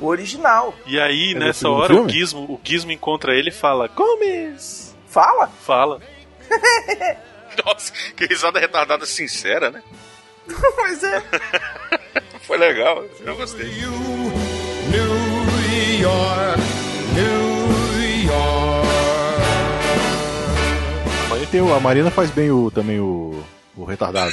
Speaker 3: O original.
Speaker 1: E aí,
Speaker 2: do
Speaker 1: nessa
Speaker 2: segundo
Speaker 1: hora, é o
Speaker 2: filme?
Speaker 1: Gizmo, o Gizmo encontra ele e fala: Gomes!
Speaker 3: Fala?
Speaker 1: Fala.
Speaker 5: Nossa, que risada retardada sincera, né?
Speaker 3: Mas é.
Speaker 5: Foi legal. Eu gostei.
Speaker 2: Mas ele tem o- a Marina faz bem o, também o, o retardado.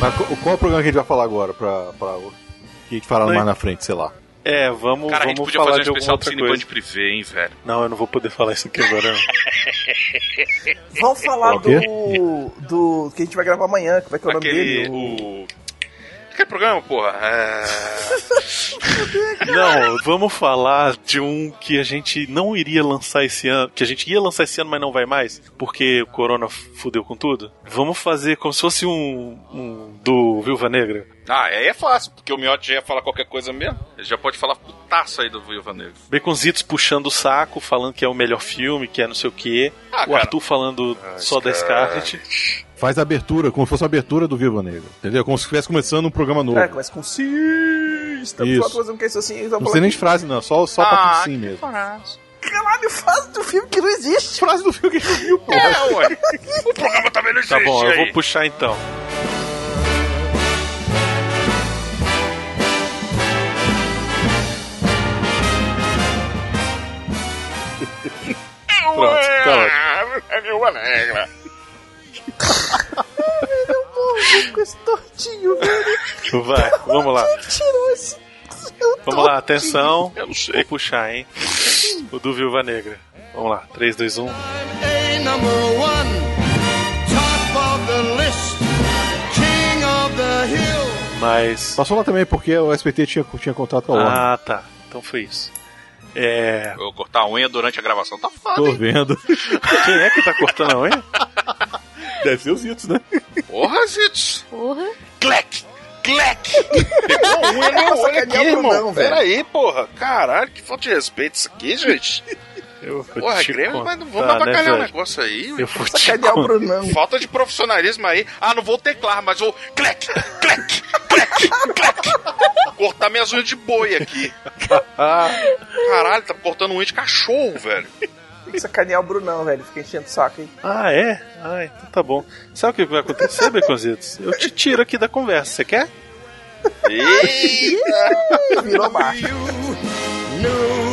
Speaker 2: Mas co- qual, é o programa que a gente vai falar agora? Pra, pra, que a gente falar mais na frente, sei lá.
Speaker 1: É, vamos,
Speaker 5: Cara, a gente
Speaker 1: vamos
Speaker 5: podia
Speaker 1: falar
Speaker 5: fazer um
Speaker 1: de alguma
Speaker 5: especial do
Speaker 1: outra
Speaker 5: Cine
Speaker 1: coisa.
Speaker 5: Band Privé, hein, velho?
Speaker 1: Não, eu não vou poder falar isso aqui agora. não.
Speaker 3: Vamos falar
Speaker 2: O quê?
Speaker 3: do. do. que a gente vai gravar amanhã, que vai ter o nome
Speaker 5: Aquele.
Speaker 3: dele.
Speaker 5: O.
Speaker 7: Aquele programa, porra. É...
Speaker 1: Não, vamos falar de um que a gente não iria lançar esse ano, que a gente ia lançar esse ano, mas não vai mais, porque o Corona fudeu com tudo. Vamos fazer como se fosse um, um do Viúva Negra.
Speaker 5: Ah, aí é fácil, porque o Miotti já ia falar qualquer coisa mesmo. Ele já pode falar putaço aí do Viúva Negra.
Speaker 1: Baconzitos puxando o saco, falando que é o melhor filme, que é não sei o quê.
Speaker 5: Ah,
Speaker 1: o
Speaker 5: cara.
Speaker 1: Arthur falando só da Scarlett.
Speaker 2: Faz a abertura, como se fosse a abertura do Viva Negra. Entendeu? Como se estivesse começando um programa novo.
Speaker 3: É, começa com sim. Estamos
Speaker 2: Isso.
Speaker 3: só fazendo que isso assim. Então
Speaker 2: Não sei nem de frase, não. Só, só pra
Speaker 5: Ah,
Speaker 2: pra sim mesmo.
Speaker 3: Caralho, fase do filme que não existe.
Speaker 2: Frase do filme que a gente viu, pô.
Speaker 5: É, ué. O programa também não
Speaker 1: Tá
Speaker 5: existe
Speaker 1: bom, eu
Speaker 5: aí.
Speaker 1: vou puxar então. Pronto, tá ótimo.
Speaker 7: É Viúva Negra.
Speaker 3: Com esse tortinho, velho.
Speaker 1: Vai, vamos lá.
Speaker 3: Tirou esse.
Speaker 1: Vamos lá, atenção.
Speaker 5: Eu não sei.
Speaker 1: Vou puxar, hein? O do Viúva Negra. Vamos lá, um, 3, 2, 1. Mas.
Speaker 2: Passou lá também, porque o SBT tinha, tinha contrato com a Warner.
Speaker 1: Ah, tá. Então foi isso. É.
Speaker 5: Eu vou cortar a unha durante a gravação. Tá foda,
Speaker 2: Tô
Speaker 5: hein?
Speaker 2: vendo.
Speaker 1: Quem é que tá cortando a unha?
Speaker 2: Deve ser os Itos, né?
Speaker 5: Porra, Zitos.
Speaker 4: Porra.
Speaker 7: Clec! Clec!
Speaker 5: Não,
Speaker 1: um,
Speaker 5: unha
Speaker 3: Pra
Speaker 5: não, olha aqui,
Speaker 3: sacanear o Brunão,
Speaker 5: irmão.
Speaker 3: velho.
Speaker 5: Pera aí, porra.
Speaker 7: Caralho, que falta de respeito isso aqui, gente.
Speaker 1: Eu vou
Speaker 7: Porra,
Speaker 1: te
Speaker 7: Grêmio,
Speaker 1: contar, né,
Speaker 7: mas não vamos abacalhar o
Speaker 1: velho?
Speaker 7: negócio aí.
Speaker 1: Eu vou te
Speaker 3: Sacanear o
Speaker 1: contar.
Speaker 3: Brunão.
Speaker 7: Falta de profissionalismo aí. Ah, não vou teclar, mas vou. Clec! Clec! Clec! Clec! Cortar minhas unhas de boi aqui. Caralho, tá cortando unha de cachorro, velho.
Speaker 3: Tem que sacanear o Brunão, velho. Fica enchendo o saco, hein?
Speaker 1: Ah, é? Ah, então tá bom. Sabe o que vai acontecer, Beconzitos? Eu te tiro aqui da conversa, você quer?
Speaker 7: Eita!
Speaker 3: Virou macho.
Speaker 9: No